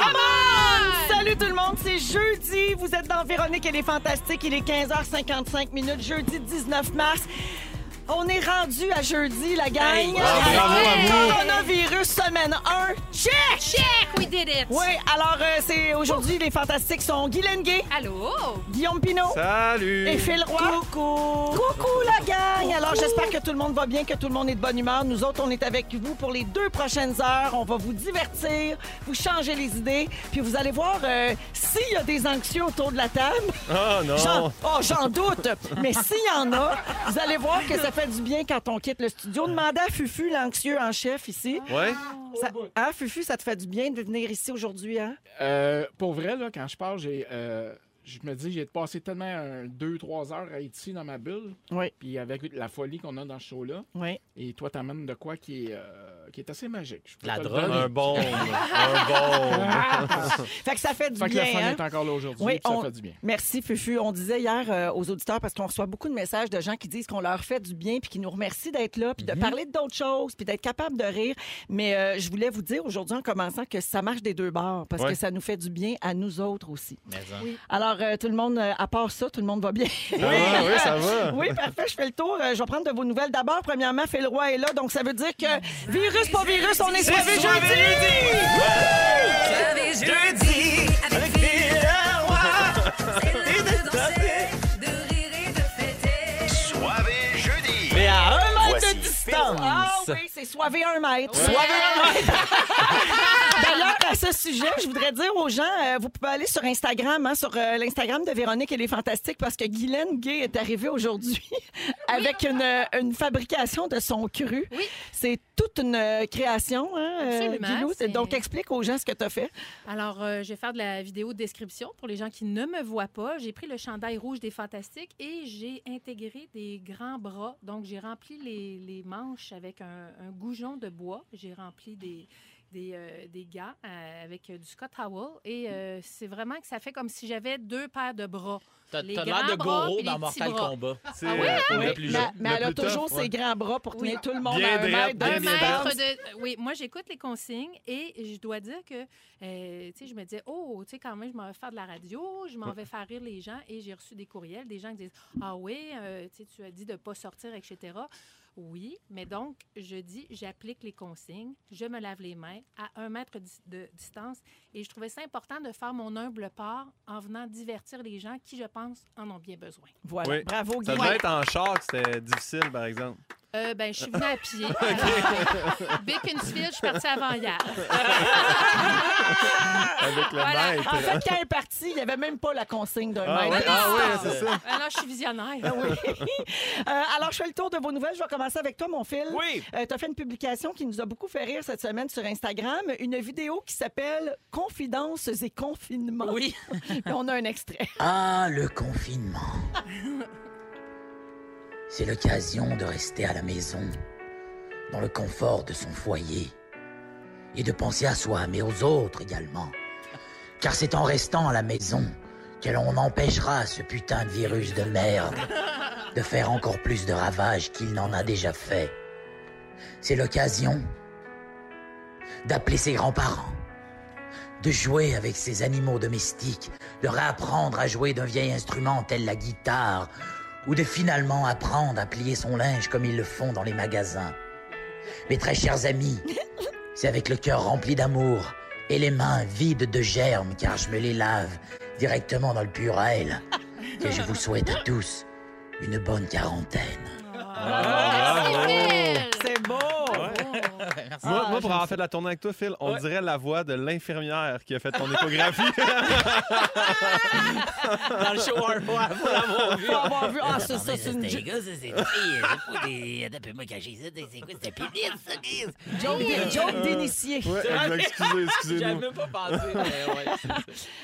Ah! Salut tout le monde, c'est jeudi. Vous êtes dans Véronique et les Fantastiques. Il est 15h55 minutes, jeudi 19 mars. On est rendu à jeudi, la gang. bravo à vous. Coronavirus, semaine 1. Check! Check, we did it! Oui, alors euh, c'est aujourd'hui, les Fantastiques sont Guylaine Gay, Allô? Guillaume Pinot. Salut! Et Phil Roy. Coucou. Coucou la gang. Alors j'espère que tout le monde va bien, que tout le monde est de bonne humeur. Nous autres, on est avec vous pour les deux prochaines heures. On va vous divertir, vous changer les idées, puis vous allez voir euh, s'il y a des anxieux autour de la table. Oh non! J'en- oh, j'en doute. Mais s'il y en a, vous allez voir que ça fait du bien quand on quitte le studio. Demandez à Fufu, l'anxieux en chef ici. Ah, Ouais? Ça, hein, Fufu, ça te fait du bien de venir ici aujourd'hui, hein? Euh, pour vrai, là, quand je pars, j'ai, euh, je me dis, j'ai passé tellement 2-3 heures à être ici dans ma bulle, Oui, puis avec la folie qu'on a dans ce show-là, oui. et toi, t'amènes de quoi qui est, euh, qui est assez magique. Je peux La te le drogue. donner. Un bon! un bon! Ah! Fait que ça fait du Fait que bien. la fun hein? est encore là aujourd'hui, Oui, puis ça on- fait du bien. Merci, Fufu. On disait hier euh, aux auditeurs, parce qu'on reçoit beaucoup de messages de gens qui disent qu'on leur fait du bien, puis qui nous remercient d'être là, puis de parler d'autres choses, puis d'être capable de rire. Mais euh, je voulais vous dire aujourd'hui, en commençant, que ça marche des deux bords, parce Ouais. que ça nous fait du bien à nous autres aussi. Mais en- Alors, euh, tout le monde, euh, à part ça, tout le monde va bien. Ça va, oui, ça va! Oui, parfait, je fais le tour. Euh, je vais prendre de vos nouvelles. D'abord, premièrement, Phil Roy est là, donc ça veut dire que virus, pas virus, on est soivé jeudi! jeudi avec Phil C'est l'heure de danser, de rire et de fêter. Soirée jeudi. Mais à un mètre Voici de Ah distance! oui, c'est soivé un mètre. Soirée D'ailleurs, à ce sujet, je voudrais dire aux gens, euh, vous pouvez aller sur Instagram, hein, sur euh, l'Instagram de Véronique et les Fantastiques, parce que Guylaine Gay est arrivée aujourd'hui avec une, euh, une fabrication de son cru. Oui. C'est toute une euh, création, hein, euh, Absolument, Guilou. c'est- Donc, explique aux gens ce que tu as fait. Alors, euh, je vais faire de la vidéo de description pour les gens qui ne me voient pas. J'ai pris le chandail rouge des Fantastiques et j'ai intégré des grands bras. Donc, j'ai rempli les, les manches avec un, un goujon de bois. J'ai rempli des, des, euh, des gants euh, avec euh, du Scott Howell. Et euh, c'est vraiment que ça fait comme si j'avais deux paires de bras. T'as Les t'as l'air grands de bras Goro puis les dans petits Mortal bras. Kombat. C'est Ah euh, ouais? pour Oui, le plus mais, jeune, mais le elle a plus toujours tough, ouais. ses grands bras pour tenir Oui. tout le monde Bien à un drette, mètre. de bien Un évidemment. maître distance. de. euh, Oui, moi, j'écoute les consignes et je dois dire que, euh, tu sais, je me disais, oh, tu sais, quand même, je m'en vais faire de la radio, je m'en vais faire rire les gens et j'ai reçu des courriels, des gens qui disent, ah oui, euh, tu sais, tu as dit de ne pas sortir, etc. Oui, mais donc, je dis, j'applique les consignes, je me lave les mains à un mètre dis- de distance et je trouvais ça important de faire mon humble part en venant divertir les gens qui, je pense, en ont bien besoin. Voilà. Oui. Bravo, Ça Guilou. devait être en char que c'était difficile, par exemple. Euh, ben, je suis venue à pied. Beaconsfield, je suis partie avant hier. Avec le Voilà. maître. En fait, quand elle est partie, il n'y avait même pas la consigne d'un Ah mètre. ouais, ah ouais, c'est ça. Alors, je suis Ah visionnaire. Euh, alors, je fais le tour de vos nouvelles. Je vais commencer avec toi, mon Phil. Oui. tu as Euh, fait une publication qui nous a beaucoup fait rire cette semaine sur Instagram, une vidéo qui s'appelle Confidences et confinements. Oui. Puis on a un extrait. Ah, le confinement. C'est l'occasion de rester à la maison, dans le confort de son foyer, et de penser à soi, mais aux autres également. Car c'est en restant à la maison que l'on empêchera ce putain de virus de merde de faire encore plus de ravages qu'il n'en a déjà fait. C'est l'occasion d'appeler ses grands-parents, de jouer avec ses animaux domestiques, de réapprendre à jouer d'un vieil instrument tel la guitare, ou de finalement apprendre à plier son linge comme ils le font dans les magasins. Mes très chers amis, c'est avec le cœur rempli d'amour et les mains vides de germes, car je me les lave directement dans le purel, que je vous souhaite à tous une bonne quarantaine. Ah, Merci, Ah. Phil. C'est beau. Oh. Moi, moi, pour avoir fait de la tournée avec toi, Phil, on dirait la voix de l'infirmière qui a fait ton échographie. Dans le show un fois, pour l'avoir vu. Faut avoir vu. Ah, ça, ça, c'est une jo- euh, joke d'é- joke d'initié. ouais, exact. excusez, J'y avais excusez-nous. même pas pensé, mais ouais.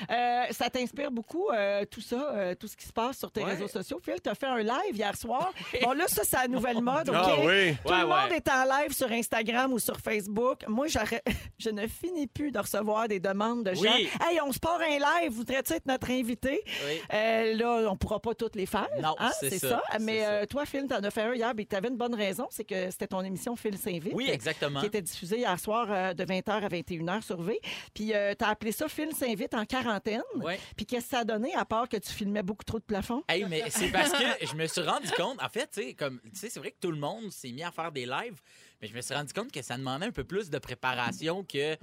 Euh, ça t'inspire beaucoup, euh, tout ça, euh, tout ce qui se passe sur tes Ouais. réseaux sociaux. Phil, tu as fait un live hier soir. Bon, là, ça, c'est la nouvelle mode. Ah OK? oui. Tout Ouais, le monde ouais. est en live sur Instagram. Instagram ou sur Facebook, moi, j'arrête- je ne finis plus de recevoir des demandes de gens. Oui. Hey, on se part un live, voudrais-tu être notre invité? Oui. Euh, là, on pourra pas toutes les faire. Non, hein, c'est ça, c'est Mais ça. euh, toi, Phil, t'en as fait un hier, mais t'avais une bonne raison, c'est que c'était ton émission Phil s'invite. Oui, exactement. Qui était diffusée hier soir euh, de 20h à 21h sur V. Puis euh, t'as appelé ça Phil s'invite en quarantaine. Ouais. Puis qu'est-ce que ça a donné à part que tu filmais beaucoup trop de plafonds? Hey, mais c'est parce que je me suis rendu compte, en fait, tu sais, comme, tu sais, c'est vrai que tout le monde s'est mis à faire des lives, mais je me suis rendu compte que ça demandait un peu plus de préparation que.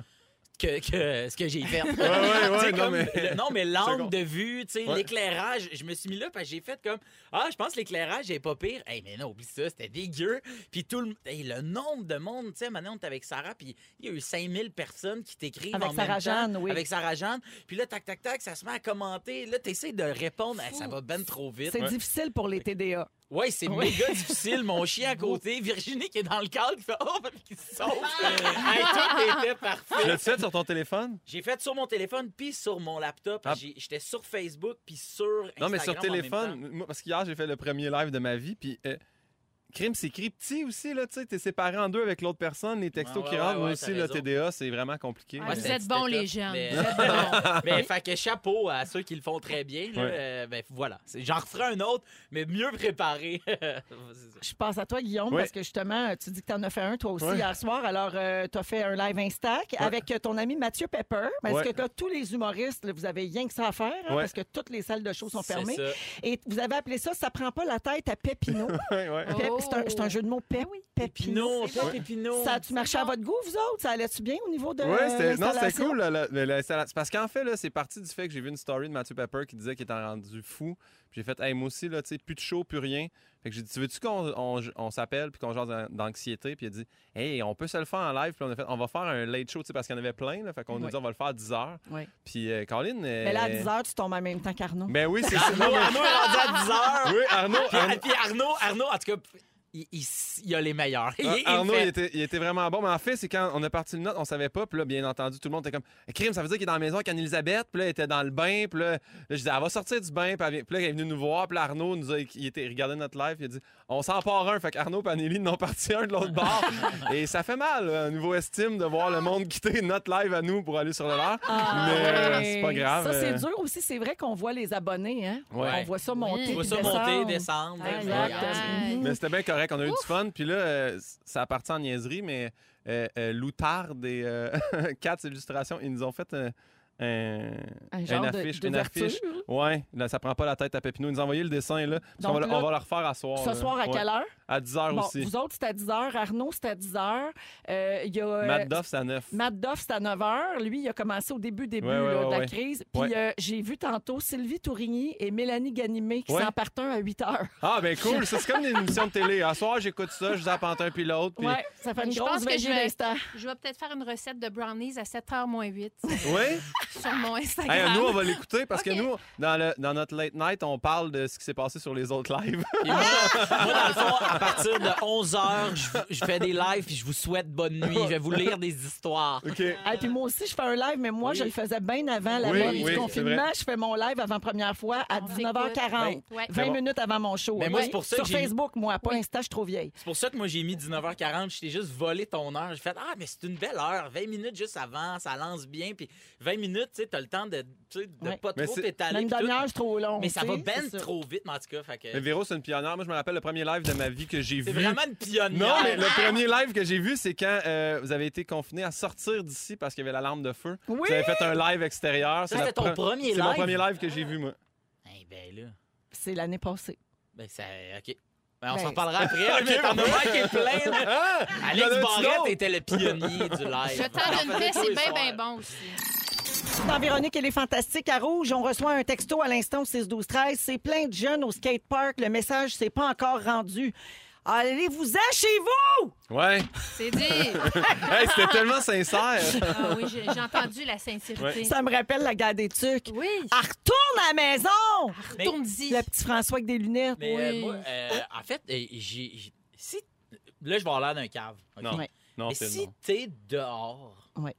Que, que ce que j'ai fait. Tu ouais, sais, non, comme mais- le- non, mais l'angle Second. de vue, tu sais, Ouais. l'éclairage, je me suis mis là parce que j'ai fait comme Ah, je pense que l'éclairage est pas pire. Hey, mais non, oublie ça, c'était dégueu. Puis tout le, hey, le nombre de monde, tu sais, maintenant on était avec Sarah, puis il y a eu 5000 personnes qui t'écrivent Avec en même Sarah-Jeanne, temps, oui. Avec Sarah-Jeanne. Puis là, tac, tac, tac, ça se met à commenter. Là, t'essayes de répondre. Hey, ça va ben trop vite. C'est difficile pour les TDA. Ouais, c'est Oui. méga difficile. Mon chien à côté, Virginie qui est dans le cadre, qui fait Oh, qui se sauve. Hey, tout était parfait. L'as-tu fait sur ton téléphone? J'ai fait sur mon téléphone, puis sur mon laptop. Ah. J'ai- J'étais sur Facebook, puis sur Instagram. Non, mais en sur même temps. téléphone, moi, parce qu'hier, j'ai fait le premier live de ma vie, puis. euh, Crime, c'est écrit petit aussi, là, tu sais, t'es séparé en deux avec l'autre personne, les textos Ouais, qui ouais, rentrent, ouais, moi t'as aussi, le raison. TDA, c'est vraiment compliqué. Ouais, Ouais, vous c'est un êtes petit bons, état, les jeunes. mais- Vous êtes bons. Mais fait que chapeau à ceux qui le font très bien. là. Ouais. Euh, ben voilà. C'est- J'en referai un autre, mais mieux préparé. Je passe à toi, Guillaume, Oui. parce que justement, tu dis que tu en as fait un, toi aussi, Oui. hier soir. Alors, tu as fait un live Instac avec euh, ton ami Mathieu Pepper. Parce Oui. que là, tous les humoristes, là, vous avez rien que ça à faire, hein, Oui. parce que toutes les salles de show sont C'est fermées. ça. Et vous avez appelé ça « Ça prend pas la tête à Pépino Ouais, ouais. ». Oh. Pep, c'est un- c'est un, jeu de mots, Pep, Pépino. Pépino, toi, Pépino. Ça a-tu marché à votre goût, vous autres? Ça allait-tu bien au niveau de Oui, c'était non, c'était l'installation? cool. là, la- la- l'installation. C'est Parce qu'en fait, là, c'est parti du fait que j'ai vu une story de Mathieu Pepper qui disait qu'il était rendu fou. Puis j'ai fait, hey, moi aussi, là, tu sais, plus de show, plus rien. Fait que j'ai dit, tu veux-tu qu'on on- on s'appelle puis qu'on jase d'an- d'anxiété? Puis il a dit, hey, on peut se le faire en live. Puis on a fait, on va faire un late show, tu sais, parce qu'il y en avait plein. Là, fait qu'on a Oui. dit, on va le faire à 10 h. Oui. Puis euh, Colin. Mais là, à 10 heures, tu tombes en même temps qu'Arnaud. Ben oui, c'est ça. Arnaud, Non, mais- Arnaud est rendu à 10 heures. Oui, Arnaud. Puis, Arnaud- puis Ah, Arnaud, Arnaud, en tout cas, il, il- il a les meilleurs. Il- il Arnaud, fait- il était, il était vraiment bon. Mais en fait, c'est quand on a parti le note, on savait pas. Puis là, bien entendu, tout le monde était comme Crime, ça veut dire qu'il est dans la maison avec Anne-Elisabeth. Puis là, elle était dans le bain. Puis là, là, je disais, elle va sortir du bain. Puis, elle vient- puis là, elle est venue nous voir. Puis là, Arnaud nous a il était, il regardait notre live. Puis il a dit, on s'en part un. Fait qu'Arnaud et Anneli n'ont parti un de l'autre bord. Et ça fait mal, un nouveau estime, de voir le monde quitter notre live à nous pour aller sur le leur. Ah. Mais euh, c'est pas grave. Ah, Ça, c'est Euh, dur aussi. C'est vrai qu'on voit les abonnés. Hein? Ouais. On voit ça monter. Tu vois puis ça monter, descendre. Ah, incroyable. exact. Mais c'était bien correct, on a eu du fun. Puis là, euh, ça a parti en niaiserie, mais euh, euh, Loutard des euh, Cats Illustrations, ils nous ont fait euh, un, Un genre une de- affiche. une d'ouverture. affiche. Ouais, là, ça prend pas la tête à Pépino. Ils nous ont envoyé le dessin, là. Parce Donc qu'on va, le- là, on va le refaire à soir. Ce là. soir, à Ouais. quelle heure? À 10 h Bon, aussi. vous autres, c'est à 10 h. Arnaud, c'est à 10 h. Euh, Il y a. euh, Matt Doff, c'est à 9. Matt Doff, c'est à 9 h. Lui, il a commencé au début, début Ouais, ouais, là, de la ouais. crise. Puis Ouais. euh, j'ai vu tantôt Sylvie Tourigny et Mélanie Ganimé qui Ouais. s'en partent un à 8 h. Ah, ben cool, ça, c'est comme une émission de télé. À soir, j'écoute ça, je zappe entre un puis l'autre. Puis... Ouais, ça fait une Je grosse pense que veillée je vais- d'instant. Je vais peut-être faire une recette de brownies à 7h moins 8 Oui? sur mon Instagram. Hey, nous, on va l'écouter parce Ok. que nous, dans, le- dans notre late night, on parle de ce qui s'est passé sur les autres lives. Puis moi, moi, dans le fond, à partir de 11h, je, je fais des lives puis je vous souhaite bonne nuit. Je vais vous lire des histoires. OK. Et puis moi aussi, je fais un live, mais moi, Oui. je le faisais bien avant la Oui, veille oui, du c'est confinement. Je fais mon live avant première fois à On 19h40, Ouais. 20 Mais bon. minutes avant mon show. Ben, Mais moi, OK? c'est pour ça que Sur j'ai- Facebook, moi, pas Oui. Insta, je suis trop vieille. C'est pour ça que moi, j'ai mis 19h40. Je t'ai juste volé ton heure. J'ai fait Ah, mais c'est une belle heure. 20 minutes juste avant, ça lance bien. Puis 20 minutes, tu sais, t'as le temps de, tu sais, de Ouais. pas Mais trop c'est- t'étaler. Même puis tout. demi-heure, c'est trop long. Mais ça tu va sais, ben c'est ça. trop vite, mais en tout cas. Fait que... Mais Véro, c'est une pionnière. Moi, je me rappelle le premier live de ma vie que j'ai vu. C'est vraiment une pionnière. Non, mais le premier live que j'ai vu, c'est quand euh, vous avez été confiné à sortir d'ici parce qu'il y avait l'alarme de feu. Oui! Vous avez fait un live Ça, extérieur. C'est la c'était ton pre- premier C'est mon live? premier live que j'ai vu, moi. Eh ben là. C'est l'année passée. Ben, ça. OK. Ben, on Ben, s'en reparlera après. là, mais Ok, t'en as pardon. manqué plein, là. Ah! Alex Il y en a-tu d'autres? Barrette était le pionnier du live. Je tente On en une faisait paix, tous les c'est bien, soirs. bien bon aussi. Dans Véronique, elle est fantastique à Rouge. On reçoit un texto à l'instant au 6-12-13. C'est plein de jeunes au skatepark. Le message, c'est pas encore rendu. Allez-vous-en chez vous! Ouais. C'est dit. Hey, c'était tellement sincère. Ah oui, j'ai j'ai entendu la sincérité. Ça me rappelle la guerre des Tucs. Oui, Elle retourne à la maison! retourne-y. Ah, Le petit François avec des lunettes. Mais euh, Oui. moi, euh, en fait, euh, j'ai. j'ai- Si... Là, je vais avoir l'air d'un cave. ok? Non, Ouais. non, Mais c'est si non. t'es dehors, Ouais.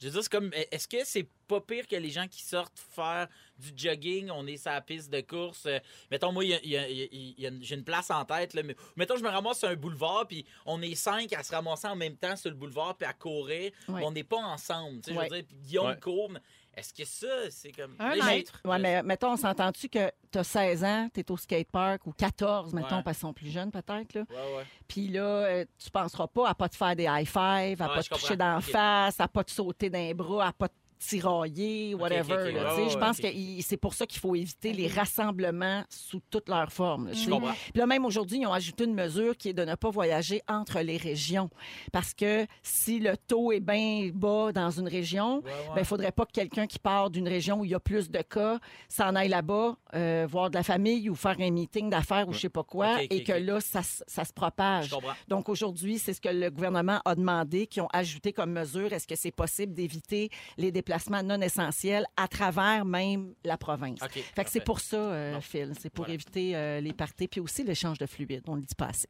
Je veux dire, c'est comme. Est-ce que c'est pas pire que les gens qui sortent faire du jogging, on est sur la piste de course? euh, mettons, moi, il y a- il y a- il y a- il y a une- j'ai une place en tête, là, mais mettons, je me ramasse sur un boulevard, puis on est cinq à se ramasser en même temps sur le boulevard, puis à courir. Ouais. mais on n'est pas ensemble, tu sais, Ouais. je veux dire, puis Guillaume Ouais. court. mais Est-ce que ça, c'est comme. Un Là, j'ai- mètre. Oui, mais mettons, on s'entend-tu que tu as 16 ans, tu es au skatepark, ou 14, mettons, Ouais. parce qu'ils sont plus jeunes peut-être, là. Ouais, ouais. Puis là, euh, tu penseras pas à pas te faire des high five, à Ouais, pas je te toucher comprends. d'en Ok. face, à pas te sauter d'un bras, à pas te tirailler, ok, ok. whatever. là, Ouais, tu sais, ouais, je pense ok. que il- c'est pour ça qu'il faut éviter les rassemblements sous toutes leurs formes. là, tu Je sais. comprends. Puis là, même aujourd'hui, ils ont ajouté une mesure qui est de ne pas voyager entre les régions. Parce que si le taux est bien bas dans une région, Ouais, ouais. ben, il ne faudrait pas que quelqu'un qui part d'une région où il y a plus de cas s'en aille là-bas, euh, voir de la famille ou faire un meeting d'affaires ou je sais pas quoi, Ok, ok, et que ok. là, ça, s- ça se je propage. comprends. Donc aujourd'hui, c'est ce que le gouvernement a demandé, qui ont ajouté comme mesure. Est-ce que c'est possible d'éviter les déplacements non essentiels à travers même la province? OK. Fait que c'est Ah, parfait. pour ça, euh, Bon. Phil. C'est pour Voilà. éviter euh, les parties, puis aussi l'échange de fluides. On ne le dit pas assez.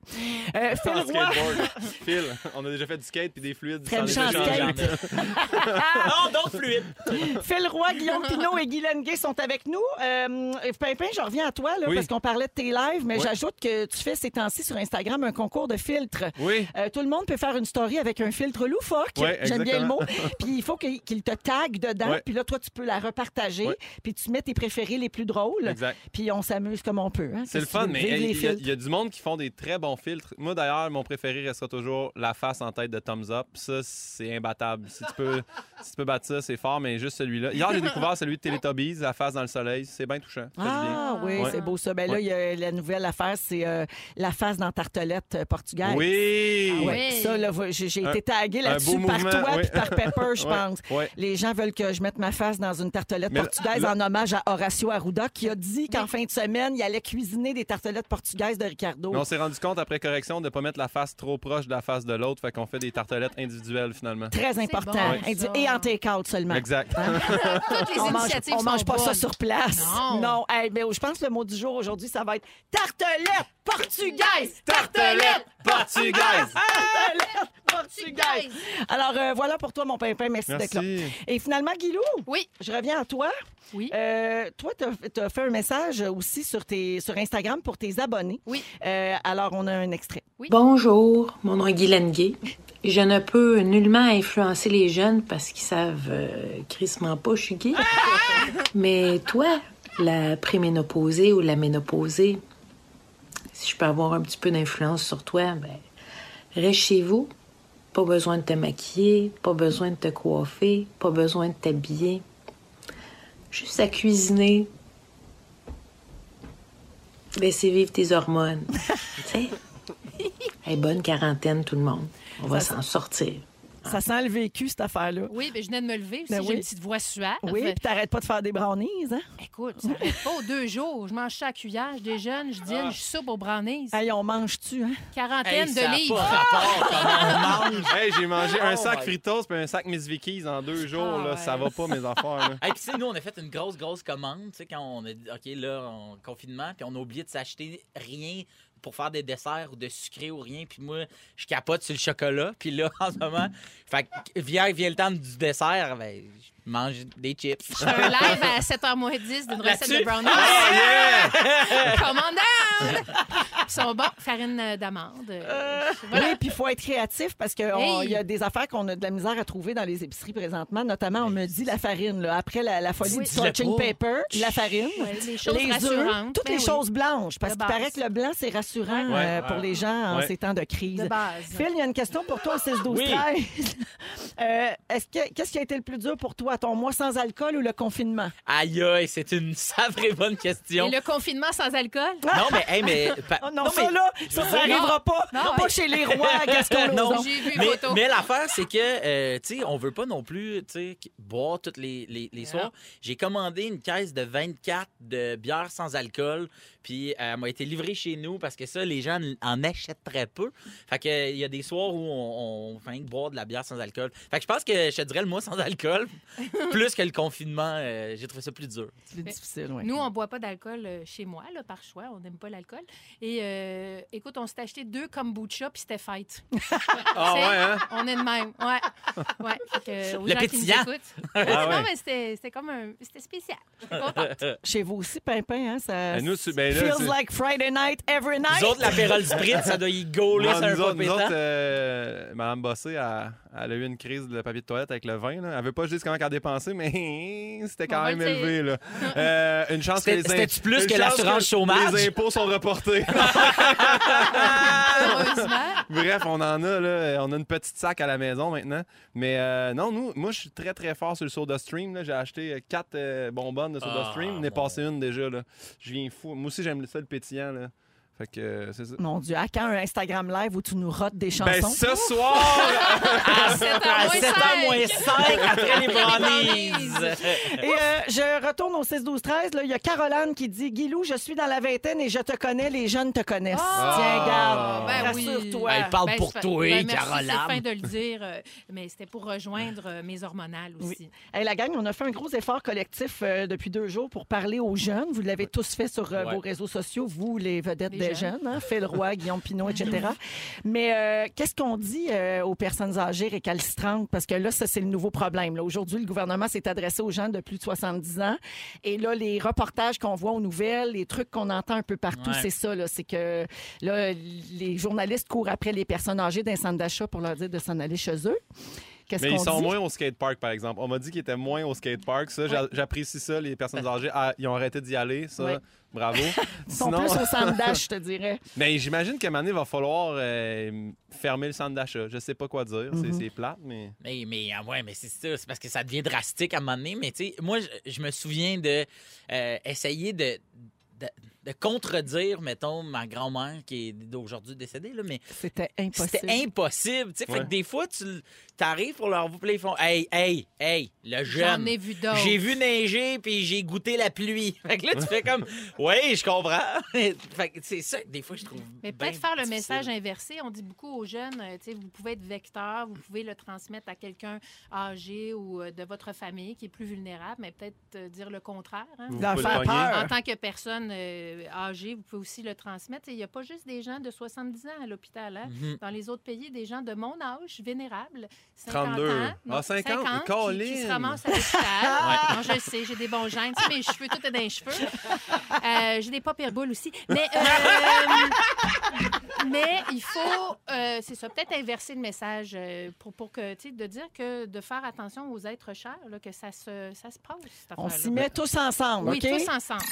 Ah, Euh, Phil En Roy, skateboard. Phil, on a déjà fait du skate puis des fluides. Très sans les méchant échanger. skate. non, donc fluide. Phil Roy, Guillaume Pinot et Guylaine Gay sont avec nous. Euh, Yves Pimpin, je reviens à toi là, Oui. parce qu'on parlait de tes lives, mais Oui. j'ajoute que tu fais ces temps-ci sur Instagram un concours de filtres. Oui. Euh, tout le monde peut faire une story avec un filtre loufoque. Ouais, J'aime bien le exactement. mot. Puis il faut qu'il qu'il te tague dedans. Ouais. Puis là, toi, tu peux la repartager. Ouais. Puis tu mets tes préférés les plus drôles. Exact. Puis on s'amuse comme on peut. hein. C'est le Qu'est-ce que tu fun, veux? mais Vive il les y, a- filtres. il y a du monde qui font des très bons filtres. Moi, d'ailleurs, mon préféré restera toujours la face en tête de Thumbs Up. Ça, c'est imbattable. Si tu, peux, si tu peux battre ça, c'est fort, mais juste celui-là. Hier, j'ai découvert celui de Teletubbies, la face dans le soleil. C'est bien touchant. Ça fait du bien. Ah oui, Ouais. c'est beau ça. Ben là, Ouais. il y a la nouvelle affaire, c'est euh, la face dans tartelette euh, portugaise. Oui! Ah ouais, Oui. Ça, là, vo- j'ai j'ai Un- été taguée un là-dessus beau par mouvement, toi oui. puis par Pepper, je Ouais, pense. ouais. Les gens veulent que je mette ma face dans une tartelette Mais là- portugaise là- en hommage à Horacio Arruda qui a dit qu'en fin de semaine, il allait cuisiner des tartelettes portugaises de Ricardo. Mais on s'est rendu compte après correction de ne pas mettre la face trop proche de la face de l'autre, fait qu'on fait des tartelettes individuelles finalement. Très important. bon, Indi- ça. Et en take-out seulement. Exact. Toutes les on mange, initiatives on sont mange pas ça bonnes. sur place. Non. Hey, mais je pense que le mot du jour aujourd'hui, ça va être tartelette portugaise. Ah, Tartelette portugaise! Tartelette portugaise. Alors euh, voilà pour toi, mon pimpin. Merci, d'être là. Merci. Et finalement, Guilou, Oui. je reviens à toi. Oui. Euh, toi, tu as, fait un message aussi sur, tes, sur Instagram pour tes abonnés. Oui. Euh, alors, on a un extrait. Bonjour, mon nom est Guylaine Gay. Je ne peux nullement influencer les jeunes parce qu'ils savent euh, crissement pas, je suis gay. Mais toi, la préménopausée ou la ménopausée, si je peux avoir un petit peu d'influence sur toi, ben, reste chez vous. Pas besoin de te maquiller, pas besoin de te coiffer, pas besoin de t'habiller. Juste à cuisiner. Laissez vivre tes hormones. Tu sais? Hey, bonne quarantaine, tout le monde. On va s'en sortir. Ah. Ça sent le vécu, cette affaire-là. Oui, ben, je venais de me lever aussi. Ben J'ai oui. une petite voix suave. Oui, puis t'arrêtes pas de faire des brownies, hein? Écoute, ça n'arrête pas aux deux jours. Je mange ça à cuillère, je déjeune, je dîne, je soupe aux brownies. Hey, on mange-tu, hein? Quarantaine ça de a livres. Ah! pas rapport, comment on mange. Hey, j'ai mangé un Oh sac my- Fritos puis un sac Miss Vickies en deux jours. Ah là. ouais. Ça va pas, mes affaires. là. Hey, puis tu sais, nous, on a fait une grosse, grosse commande, tu sais, quand on a dit, OK, là, en confinement, puis on a oublié de s'acheter rien pour faire des desserts ou de sucré ou rien. Puis moi, je capote sur le chocolat. Puis là, en ce moment, fait que vient, vient le temps du dessert, ben, je mange des chips. Je fais un live à 7h moins 10 d'une recette de Là-dessus. brownies. Oh, yeah! Commandante! Ils sont bons. Farine euh, d'amande. euh, voilà. Oui, puis il faut être créatif parce qu'il Hey! y a des affaires qu'on a de la misère à trouver dans les épiceries présentement. Notamment, on me dit la farine. là. Après la, la folie Ben, Oui. du Dis-le searching paper, la farine. Ouais, les choses les œufs, rassurantes. toutes Ben les oui. choses blanches, parce De qu'il base. paraît que le blanc, c'est rassurant Ouais. euh, pour les gens en Ouais. ces temps de crise. de base. Phil, il y a une question pour toi au 6 12 Oui. 13. Euh, est-ce que qu'est-ce qui a été le plus dur pour toi, ton mois sans alcool ou le confinement Aïe, aïe, c'est une sacrée bonne question. Et le confinement sans alcool? Non, mais, hey, mais. pa- Oh Ah! non, non, ça mais- là, je ça, veux ça dire- arrivera pas. Non, pas ouais. chez les rois, Gaston Non. Lozon. J'ai vu une Mais, photo. mais l'affaire, c'est que, euh, tu sais, on veut pas non plus, tu sais, qu- boire toutes les, les, les soirs. J'ai commandé une caisse de 24 de bière sans alcool, puis euh, elle m'a été livrée chez nous parce que ça, les gens n- en achètent très peu. Fait que, euh, il y a des soirs où on, on fait rien que boire de la bière sans alcool. Fait que je pense que je te dirais le mois sans alcool, plus que le confinement, euh, j'ai trouvé ça plus dur. C'est difficile, oui. Nous, on boit pas d'alcool euh, chez moi, là, par choix. On n'aime pas l'alcool. Et euh, écoute, on s'est acheté deux kombucha, puis c'était fête. Ah C'est- ouais, hein? On est de même. Ouais. Ouais, fait que, aux Le gens pétillant. qui nous écoutent. Ah Non, ouais. mais c'était c'était comme un... C'était spécial. J'étais contente. Chez vous aussi, Pimpin, hein? Ça Ben, nous, c'est- ben, là, feels c'est- like Friday night, every night. Nous autres, l'apérol Spritz, ça doit y gauler Non, sur un nous autres, nous popétant. autres, euh, Madame Bossé, elle, elle a eu une crise de papier de toilette avec le vin. Là. Elle veut pas juste comment qu'elle a dépensé, mais c'était quand On va même le dire. élevé. Là. Euh, une chance que C'était- les im- c'était-tu plus une que chance l'assurance chômage? Les impôts sont reportés. Heureusement. Bref, on en a là, on a une petite sac à la maison maintenant. Mais euh, non, nous, moi je suis très très fort sur le soda stream. là. J'ai acheté euh, quatre euh, bonbonnes de soda Ah, stream, on mon- est passé une déjà là. Je viens fou. Moi aussi j'aime ça le pétillant là. Fait que euh, c'est ça. Mon Dieu, à quand un Instagram live où tu nous rotes des chansons? Ben ce soir, À à moins 7h moins 5 après les brownies. Et euh, je retourne au 6-12-13. là. Il y a Caroline qui dit Guilou, je suis dans la vingtaine et je te connais, les jeunes te connaissent. Ah! Tiens, garde, Ben oui. rassure-toi. Ben, il parle pour c'est fa- toi, merci, Caroline. C'est fin de le dire, euh, mais c'était pour rejoindre euh, mes hormonales aussi. Hey, la gang, on a fait un gros effort collectif euh, depuis deux jours pour parler aux jeunes. Vous l'avez tous fait sur euh, Ouais. vos réseaux sociaux, vous, les vedettes Les des jeunes, jeunes. hein, Phil Roy, Guillaume Pinot, etc. Mais euh, qu'est-ce qu'on dit euh, aux personnes âgées récalcitrantes? Parce que là, ça, c'est le nouveau problème. là. Aujourd'hui, le gouvernement s'est adressé aux gens de plus de 70 ans. Et là, les reportages qu'on voit aux nouvelles, les trucs qu'on entend un peu partout, Ouais. c'est ça. là. C'est que là, les journalistes courent après les personnes âgées d'un centre d'achat pour leur dire de s'en aller chez eux. Qu'est-ce mais qu'on ils sont dit? moins au skatepark par exemple. On m'a dit qu'ils étaient moins au skatepark. Ça, j'a- j'apprécie ça. Les personnes âgées, ah, ils ont arrêté d'y aller. Ça, Ouais. bravo. Ils sont plus au centre d'achat, je te dirais. Mais j'imagine qu'à un moment donné, il va falloir euh, fermer le centre d'achat. Je sais pas quoi dire. C'est- Mm-hmm. C'est plate, mais. Mais, mais, ah ouais, mais c'est ça, c'est parce que ça devient drastique à un moment donné. Mais tu sais, moi, je, je me souviens de euh, essayer de, de, de contredire, mettons, ma grand-mère qui est aujourd'hui décédée, là, mais C'était impossible. c'était impossible. tu sais. Fait Ouais. que des fois, tu l- t'arrives pour leur vous ils font Hey, hey, hey, le J'en jeune. ai vu d'autres. J'ai vu neiger puis j'ai goûté la pluie. Fait que là, tu fais comme, oui, je comprends. fait que c'est ça que des fois, je trouve. Mais bien peut-être faire le difficile. message inversé. On dit beaucoup aux jeunes, euh, tu sais, vous pouvez être vecteur, vous pouvez le transmettre à quelqu'un âgé ou euh, de votre famille qui est plus vulnérable, mais peut-être euh, dire le contraire. hein. Vous D'en pouvez le faire pogner. peur. En tant que personne euh, âgée, vous pouvez aussi le transmettre. Il n'y a pas juste des gens de 70 ans à l'hôpital. Mm. hein. Mhm. Dans les autres pays, des gens de mon âge, vénérables, 50 32. ans, Ah, 50, qui- qui, Colin. se ramassent à l'hôpital. Non, je sais, j'ai des bons gènes, tu sais, mes cheveux, tout est dans les cheveux. Euh, j'ai des papiers boules aussi. Mais, euh, mais il faut, euh, c'est ça, peut-être inverser le message euh, pour, pour que, tu sais, de dire que de faire attention aux êtres chers, là, que ça se, ça se passe, cette On affaire-là. s'y met tous ensemble, Oui, OK? tous ensemble.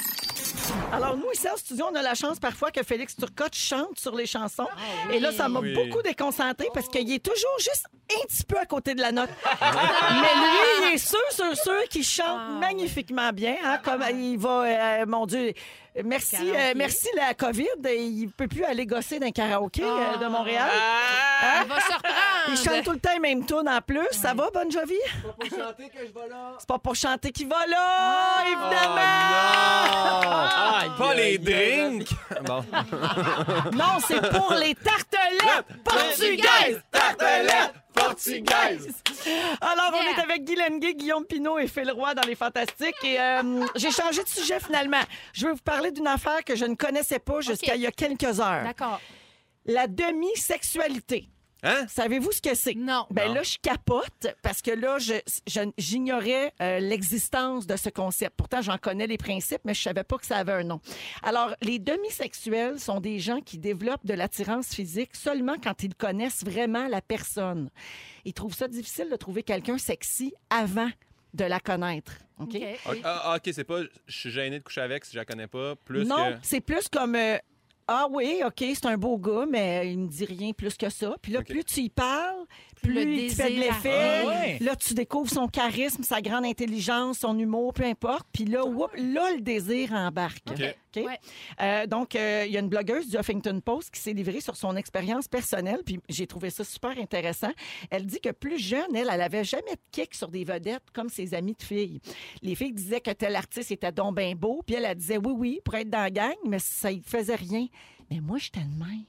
Alors, nous, ici, en studio, on a la chance parfois que Félix Turcotte chante sur les chansons. Et là, ça m'a Oui. beaucoup déconcentré parce qu'il est toujours juste un petit peu à côté de la note. Mais lui, il est sûr, sûr, sûr qu'il chante magnifiquement bien. hein, comme il va, euh, mon Dieu, merci, Karaoké. euh, merci la COVID. Il peut plus aller gosser d'un karaoké euh, de Montréal. Ah! On va se reprendre. Il chante tout le temps les mêmes tunes en plus. Ça va, Bon Jovi? C'est pas pour chanter que je vais là. C'est pas pour chanter qu'il va là, Ah. évidemment! Ah, Pas il y a- il les y a- drinks! bon. Ah, Non, c'est pour les tartelettes portugaises! Tartelette portugaise! Alors, on Yeah. est avec Guy Lenguet, Guillaume Pinot et Phil Roy dans Les Fantastiques. Et euh, j'ai changé de sujet finalement. Je vais vous parler d'une affaire que je ne connaissais pas jusqu'à il y a quelques heures. D'accord. La demi-sexualité. Hein? Savez-vous ce que c'est? Non. Ben Non. là, je capote parce que là, je- je- j'ignorais euh, l'existence de ce concept. Pourtant, j'en connais les principes, mais je savais pas que ça avait un nom. Alors, les demi-sexuels sont des gens qui développent de l'attirance physique seulement quand ils connaissent vraiment la personne. Ils trouvent ça difficile de trouver quelqu'un sexy avant de la connaître. OK? OK. Ok, ah, ok, c'est pas je suis gêné de coucher avec si je la connais pas, plus non, que. c'est plus comme euh, ah oui, OK, c'est un beau gars, mais il me dit rien plus que ça. Puis là, OK. plus tu y parles, plus, Plus le il te fait de désir l'effet. arrive. Ah ouais. Là, tu découvres son charisme, sa grande intelligence, son humour, peu importe. Puis là, whoop, là, le désir embarque. OK. OK? Ouais. Euh, donc, euh, il y a une blogueuse du Huffington Post qui s'est livrée sur son expérience personnelle, puis j'ai trouvé ça super intéressant. Elle dit que plus jeune, elle, elle avait jamais de kick sur des vedettes comme ses amies de filles. Les filles disaient que tel artiste était donc bien beau, puis elle, elle disait oui, oui, pour être dans la gang, mais ça ne faisait rien. Mais moi, j'étais de même.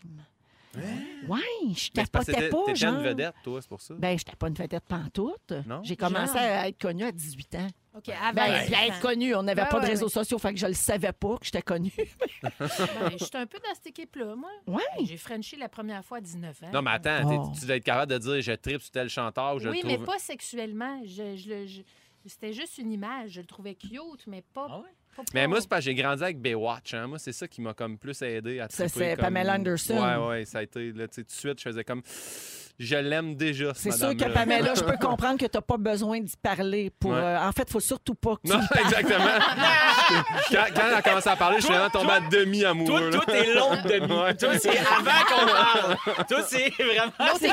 Ouais, je Hein? Mais c'est parce que tapotais t'étais pas, t'étais genre. une vedette, toi, c'est pour ça. Ben, j'étais pas une vedette pantoute. Non? J'ai commencé Genre. à être connue à 18 ans. OK, avant. Ben, les puis à gens. être connue, on n'avait Ouais, pas de Ben ouais, réseaux ouais. sociaux, fait que je le savais pas que j'étais connue. Ben, je suis un peu dans cette équipe-là, moi. Ouais. J'ai Frenché la première fois à Hein? 19 ans. Non, mais attends, t'es- Oh. tu dois être capable de dire je tripe sur tel chanteur ou je oui, le mais trouve. pas sexuellement. Je, je le- je- C'était juste une image. Je le trouvais cute, mais pas. Ah ouais? pas- Mais pas- moi, c'est parce que j'ai grandi avec Baywatch. hein. Moi, c'est ça qui m'a comme plus aidé à Ça, triper. c'est comme- Pamela Anderson. Ouais, ouais, ça a été. Là, tu sais, tout de suite, je faisais comme. Je l'aime déjà, C'est cette sûr que madame-là. Pamela, je peux comprendre que t'as pas besoin d'y parler. Pour, euh, Ouais. euh, en fait, faut surtout pas que tu Non, y parles. exactement. quand, quand elle a commencé à parler, je suis Toi, vraiment tombé à demi Toi, amoureux. là. tout est long de demi. Ouais. Toi, c'est avant qu'on parle. Toi, c'est vraiment. C'est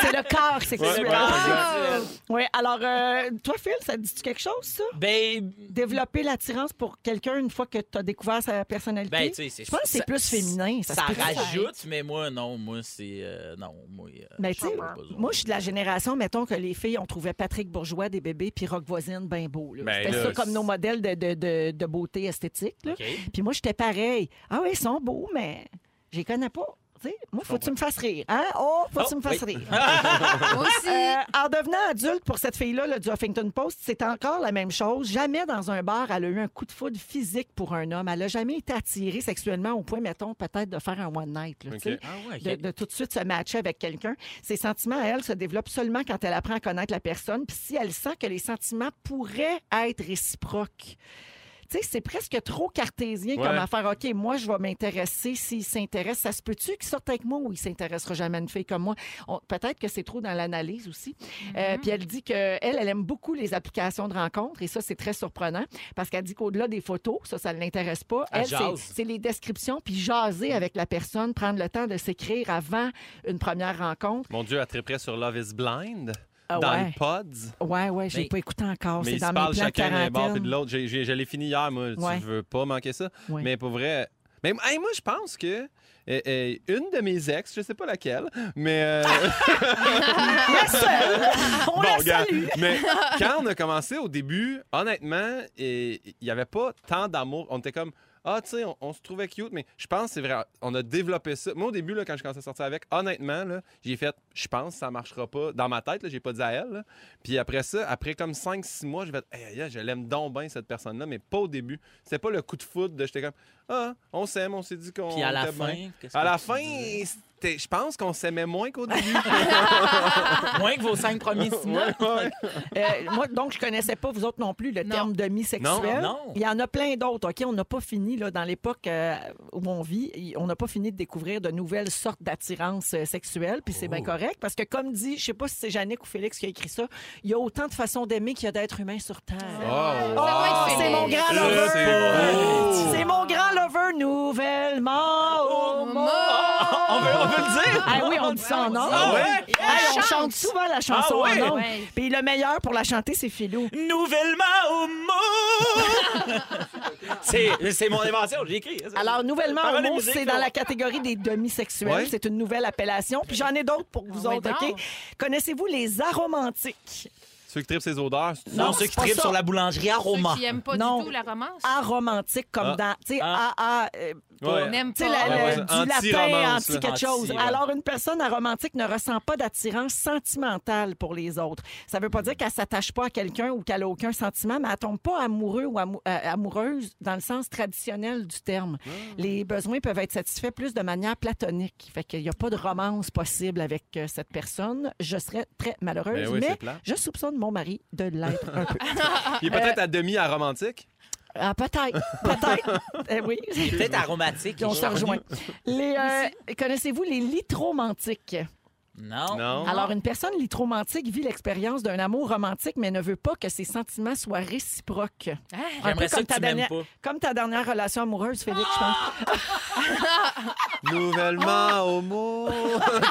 c'est le corps Ouais, sexuel. ouais, exact. Oui, alors, euh, toi, Phil, ça te dit-tu quelque chose, ça? Ben, Développer l'attirance pour quelqu'un une fois que t'as découvert sa personnalité? ben, tu sais, c'est je pense que c'est ça- plus féminin. Ça, Ça, se peut-tu? rajoute, mais moi, non, moi, c'est. euh, non, moi. euh, Mais j'ai Ben, tu sais, pas besoin. moi, je suis de la génération, mettons, que les filles, on trouvait Patrick Bourgeois des bébés, puis Rock Voisine bien beau. là. Ben C'était là, ça comme c'est- nos modèles de, de- de- de beauté esthétique. là. OK. Puis moi, j'étais pareil. Ah oui, ils sont beaux, mais je les connais pas. Tu sais, moi, faut que tu me fasses rire. Hein? Oh, faut que tu me fasses rire. Moi aussi. Euh, en devenant adulte pour cette fille-là là, du Huffington Post, c'est encore la même chose. Jamais dans un bar, elle a eu un coup de foudre physique pour un homme. Elle n'a jamais été attirée sexuellement au point, mettons, peut-être de faire un one night. là, tu Ok. sais Ah ouais, de, ok. de tout de suite se matcher avec quelqu'un. Ses sentiments, elle, se développent seulement quand elle apprend à connaître la personne, puis si elle sent que les sentiments pourraient être réciproques. Tu sais, c'est presque trop cartésien Ouais. comme affaire. OK, moi, je vais m'intéresser s'il s'intéresse. Ça se peut-tu qu'il sorte avec moi ou il s'intéressera jamais à une fille comme moi? On- Peut-être que c'est trop dans l'analyse aussi. Mm-hmm. Euh, puis elle dit qu'elle, elle aime beaucoup les applications de rencontres et ça, c'est très surprenant parce qu'elle dit qu'au-delà des photos, ça, ça ne l'intéresse pas. Elle Elle, c'est- jase. c'est les descriptions puis jaser avec la personne, prendre le temps de s'écrire avant une première rencontre. Mon Dieu, à très près sur Love is Blind, Ah dans ouais. le Pods. Ouais, ouais, j'ai Mais- pas écouté encore. mais C'est ils dans se mes parlent plans de chacun d'un bord et de quarantaine. l'autre. J'ai- j'ai- Je l'ai fini hier, moi. Ouais. Tu veux pas manquer ça. Ouais. Mais pour vrai. Mais hey, moi, je pense que euh, euh, une de mes ex, je sais pas laquelle, mais. euh, La seule! On la Bon, gars, salue! mais quand on a commencé au début, honnêtement, eh, il n'y avait pas tant d'amour. On était comme, ah, tu sais, on, on se trouvait cute, mais je pense que c'est vrai. On a développé ça. Moi, au début, là, quand je commençais à sortir avec, honnêtement, là, j'ai fait, je pense que ça marchera pas. Dans ma tête, là, j'ai pas dit à elle. là. Puis après ça, après comme 5-6 mois, j'ai fait, hey, aïe, aïe, je l'aime donc bien, cette personne-là, mais pas au début. C'était pas le coup de foot de j'étais comme, ah, on s'aime, on s'est dit qu'on. Puis à la était bien. fin. qu'est-ce À que la tu fin, dis? c'était- je pense qu'on s'aimait moins qu'au début. Moins que vos cinq premiers signes. Ouais, ouais. Euh, moi, donc, je connaissais pas, vous autres non plus, le Non. terme demi-sexuel. Non, non. Il y en a plein d'autres, OK? On n'a pas fini, là, dans l'époque euh, où on vit, y- on n'a pas fini de découvrir de nouvelles sortes d'attirances euh, sexuelles, puis Oh. c'est bien correct, parce que comme dit, je sais pas si c'est Jannick ou Félix qui a écrit ça, il y a autant de façons d'aimer qu'il y a d'êtres humains sur Terre. Ah. Oh, Ça doit être Ah, C'est mon Félix. grand Là, lover! c'est beau. C'est mon grand lover nouvellement Oh, au monde! On veut, on veut le dire? Ah oui, on dit ça en or. Ah ouais? on chante souvent la Ah chanson ouais? en ondes. Ouais. Puis le meilleur pour la chanter, c'est Philou. Nouvellement au monde! c'est, c'est mon invention, j'ai écrit. hein, ça. Alors, nouvellement, Parole au et mot, musique, c'est là. dans la catégorie des demi-sexuels. Ouais. C'est une nouvelle appellation. Puis j'en ai d'autres pour vous Ah ouais, autres, donc. OK? Connaissez-vous les aromantiques? Ceux qui tripent ses odeurs, c'est Non, Non, ceux c'est qui pas tripent ça. sur la boulangerie aroma. Ceux qui n'aiment pas Non. du tout la romance. Aromantiques, comme Ah. dans. Tu sais, Ah. AA, euh, On n'aime Tu pas. sais, la- Ah, la- ouais. du latin, Anti-romance, anti quelque là. chose. Anti, ouais. Alors, une personne aromantique ne ressent pas d'attirance sentimentale pour les autres. Ça ne veut pas dire qu'elle s'attache pas à quelqu'un ou qu'elle a aucun sentiment, mais elle tombe pas amoureux ou amou- euh, amoureuse dans le sens traditionnel du terme. Ah. Les besoins peuvent être satisfaits plus de manière platonique. Fait qu'il n'y a pas de romance possible avec euh, cette personne. Je serais très malheureuse, Ben oui, mais c'est plate. je soupçonne mon mari de l'être un peu. Il est peut-être à demi à romantique. Ah, peut-être, peut-être. Eh oui. Peut-être aromatique. Puis on se rejoint. Les, euh, Connaissez-vous les litromantiques? Non. Non. Alors, une personne litromantique vit l'expérience d'un amour romantique, mais ne veut pas que ses sentiments soient réciproques. Ah, Un J'aimerais peu ça comme que ta, tu m'aimes dernière, pas. comme ta dernière relation amoureuse, Félix, je Ah, pense. Nouvellement Ben homo. Ah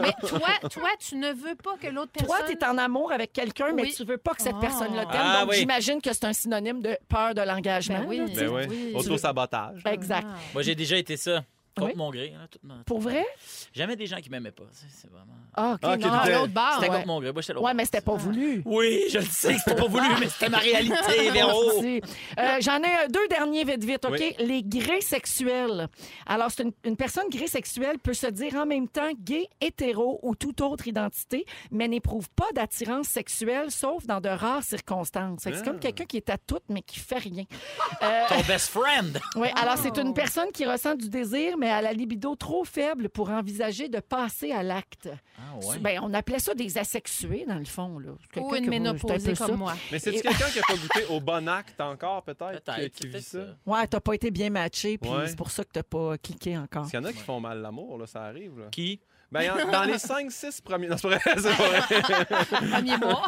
mais toi, toi, tu ne veux pas que l'autre personne. Toi, t'es en amour avec quelqu'un, mais Oui. tu veux pas que cette Ah. personne le t'aime. Ah donc, oui. j'imagine que c'est un synonyme de peur de l'engagement. Ben oui. là, tu sais. ben oui, Oui. auto-sabotage. Exact. Ah. Moi, j'ai déjà été ça. Contre Oui. mon gré. là, tout mon- Pour vrai? Jamais des gens qui m'aimaient pas. C'est c'est vraiment. Ah, OK, Ah, ok, non. t'étais- non. L'autre barre, C'était ouais. contre mon gré. Moi, j'étais là. Ouais, mais c'était Ah. pas voulu. Oui, je le sais, que c'était pas voulu, mais c'était ma réalité, Véro. Merci. Euh, J'en ai euh, deux derniers vite vite, OK? Oui. Les gays sexuels. Alors, c'est une, une personne gay sexuelle peut se dire en même temps gay, hétéro ou toute autre identité, mais n'éprouve pas d'attirance sexuelle sauf dans de rares circonstances. Fait que C'est Ah. comme quelqu'un qui est à tout mais qui fait rien. Euh, Ton best friend. oui, alors c'est Ah. une personne qui ressent du désir, mais à la libido trop faible pour envisager de passer à l'acte. Ah, Ben, on appelait ça des asexués, dans le fond. Là. C'est Ou quelqu'un une que vous- c'est un ménopausée peu ça. comme moi. Mais c'est-tu Et- quelqu'un qui a pas goûté au bon acte encore, peut-être, Peut-être. qui, qui vit peut-être ça? Ouais, t'as pas été bien matché, puis Ouais. c'est pour ça que t'as pas cliqué encore. Parce qu'il y en a qui font mal l'amour, là, ça arrive. Là. Qui? Ben, y en- dans les 5-6 premiers... Non, c'est pas vrai, c'est pas vrai. Premier mois.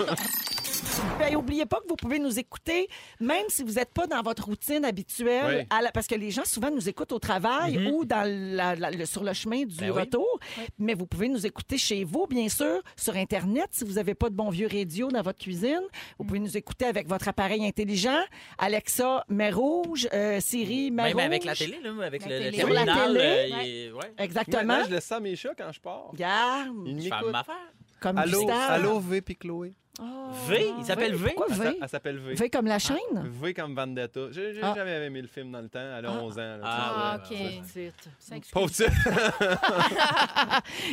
Ben, oubliez pas que vous pouvez nous écouter, même si vous n'êtes pas dans votre routine habituelle, Oui. à la- parce que les gens souvent nous écoutent au travail ou dans la- la- le- sur le chemin du Mhm. Ben oui. retour. Mais vous pouvez nous écouter chez vous, bien sûr, sur Internet, si vous n'avez pas de bon vieux radio dans votre cuisine. Vous pouvez nous écouter avec votre appareil intelligent. Alexa, mais rouge, euh, Siri, mais Même Ben, avec rouge. la télé, là, avec La le, le télé. Sur la terminal. télé. euh, il est- ouais. Exactement. Maintenant, je laisse ça à mes chats quand je pars. Garde, Ils Je fais la m'écoutent. même affaire. comme Allô, Gustave. allô, V puis Chloé. V, il s'appelle V. Ah, Pourquoi Elle s'a- Oh. V? elle s'appelle V. V comme la chaîne? V comme Vendetta. J'ai j'ai Ah. jamais aimé le film dans le temps, elle a 11 ans. là. Ah, ouais, OK. ouais, ouais. Ça excuse. Pauvre type.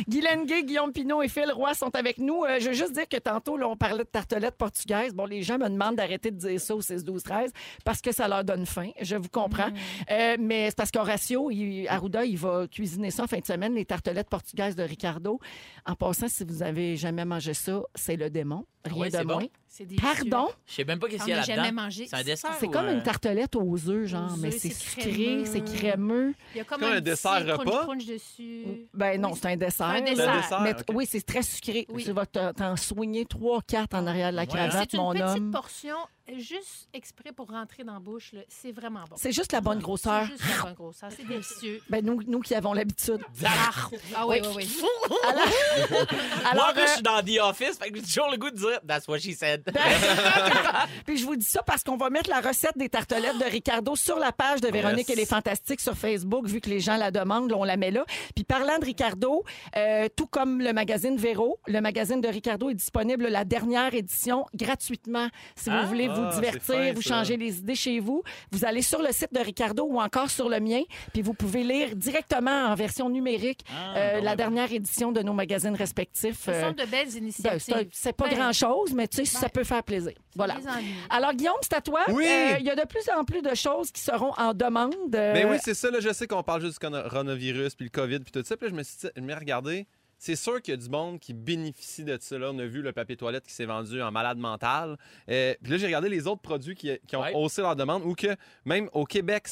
Guylaine Gay, Guillaume Pinot et Phil Roy sont avec nous. Euh, je veux juste dire que tantôt, là, on parlait de tartelettes portugaises. Bon, les gens me demandent d'arrêter de dire ça au 6, 12, 13 parce que ça leur donne faim. Je vous Mm-hmm. comprends. Euh, mais c'est parce qu'Horacio, il- Arruda, il va cuisiner ça en fin de semaine, les tartelettes portugaises de Ricardo. En passant, si vous avez jamais mangé ça, c'est le démon. Ah Rien ouais, de c'est bon. moins. C'est délicieux. Pardon? Je sais même pas qu'est-ce J'en qu'il y a ai jamais là-dedans. mangé. C'est un dessert. C'est ou comme un- une tartelette aux œufs, genre, Aux mais œufs, c'est c'est sucré, crémeux. c'est crémeux. Il y a comme Comme un, un dessert petit repas? Crunch, crunch dessus. Ben non, Oui, c'est un dessert. c'est un là. dessert. Un dessert, Mais ok. Oui, c'est très sucré. Oui. Tu vas t'en t'en soigner 3-4 en arrière de la Ouais. cravate, C'est une Hein, mon petite homme. portion euh, juste exprès pour rentrer dans la bouche. là. C'est vraiment bon. C'est juste la bonne C'est grosseur. juste la bonne grosseur. C'est délicieux. Ben, nous, nous qui avons l'habitude. Ah oui, oui, oui. Moi, en Alors, plus, je suis dans The Office, fait que j'ai toujours le goût de dire That's what she said. Puis je vous dis ça parce qu'on va mettre la recette des tartelettes de Ricardo sur la page de Véronique Yes. et les Fantastiques sur Facebook, vu que les gens la demandent, là, on la met là. Puis parlant de Ricardo, euh, tout comme le magazine Véro, le magazine de Ricardo est disponible la dernière édition gratuitement. Si vous Ah. voulez vous Ah, c'est divertir, fin, vous ça. changer les idées chez vous, vous allez sur le site de Ricardo ou encore sur le mien, puis vous pouvez lire directement en version numérique Ah, euh, bon, la ben, dernière édition de nos magazines respectifs. Ce Euh, sont de belles ben, c'est initiatives. un- c'est pas Ben, grand-chose, mais tu sais, ça peut faire plaisir. Voilà. les ennuis. Alors, Guillaume, c'est à toi. Oui. Euh, Il y a de plus en plus de choses qui seront en demande. euh, Mais Ben oui, c'est ça. Là, je sais qu'on parle juste du corona- coronavirus, puis le COVID, puis tout ça. Puis là, je me suis dit, mais regardez, c'est sûr qu'il y a du monde qui bénéficie de ça. Là, on a vu le papier toilette qui s'est vendu en malade mental. Euh, puis là, j'ai regardé les autres produits qui, qui ont Ouais. haussé leur demande ou que même au Québec,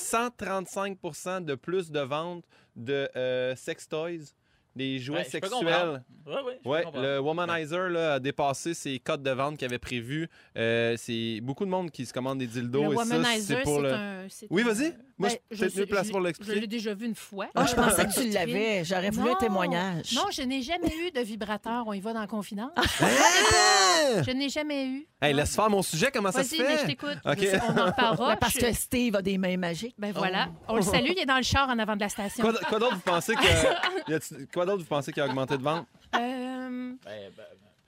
135 de plus de ventes de euh, sex toys, des jouets Ouais, je peux comprendre. sexuels. Ouais, ouais, je peux Ouais, comprendre. le Womanizer là, a dépassé ses codes de vente qu'il avait prévus. Euh, c'est beaucoup de monde qui se commande des dildos Le et ça, womanizer, c'est c'est pour le. un... c'est Oui, un- vas-y. Moi, Ben, je suis peut-être mieux placé pour je l'ai l'expliquer. déjà vu une fois. Ah, je pensais que tu l'avais. J'aurais voulu un Non. témoignage. Non, je n'ai jamais eu de vibrateur. On y va dans la confidence. Ah. je n'ai jamais eu. Hey, Non. laisse faire mon sujet, comment Ah, ça se Vas-y, mais je fait? t'écoute. Ok. Je- On en reparlera. Mais parce Je- que Steve a des mains magiques. Ben voilà. On le salue, il est dans le char en avant de la station. Quoi, quoi d'autre vous pensez que. y a-t-il- Quoi d'autre vous pensez qu'il a augmenté de vente? Euh, Ben, ben,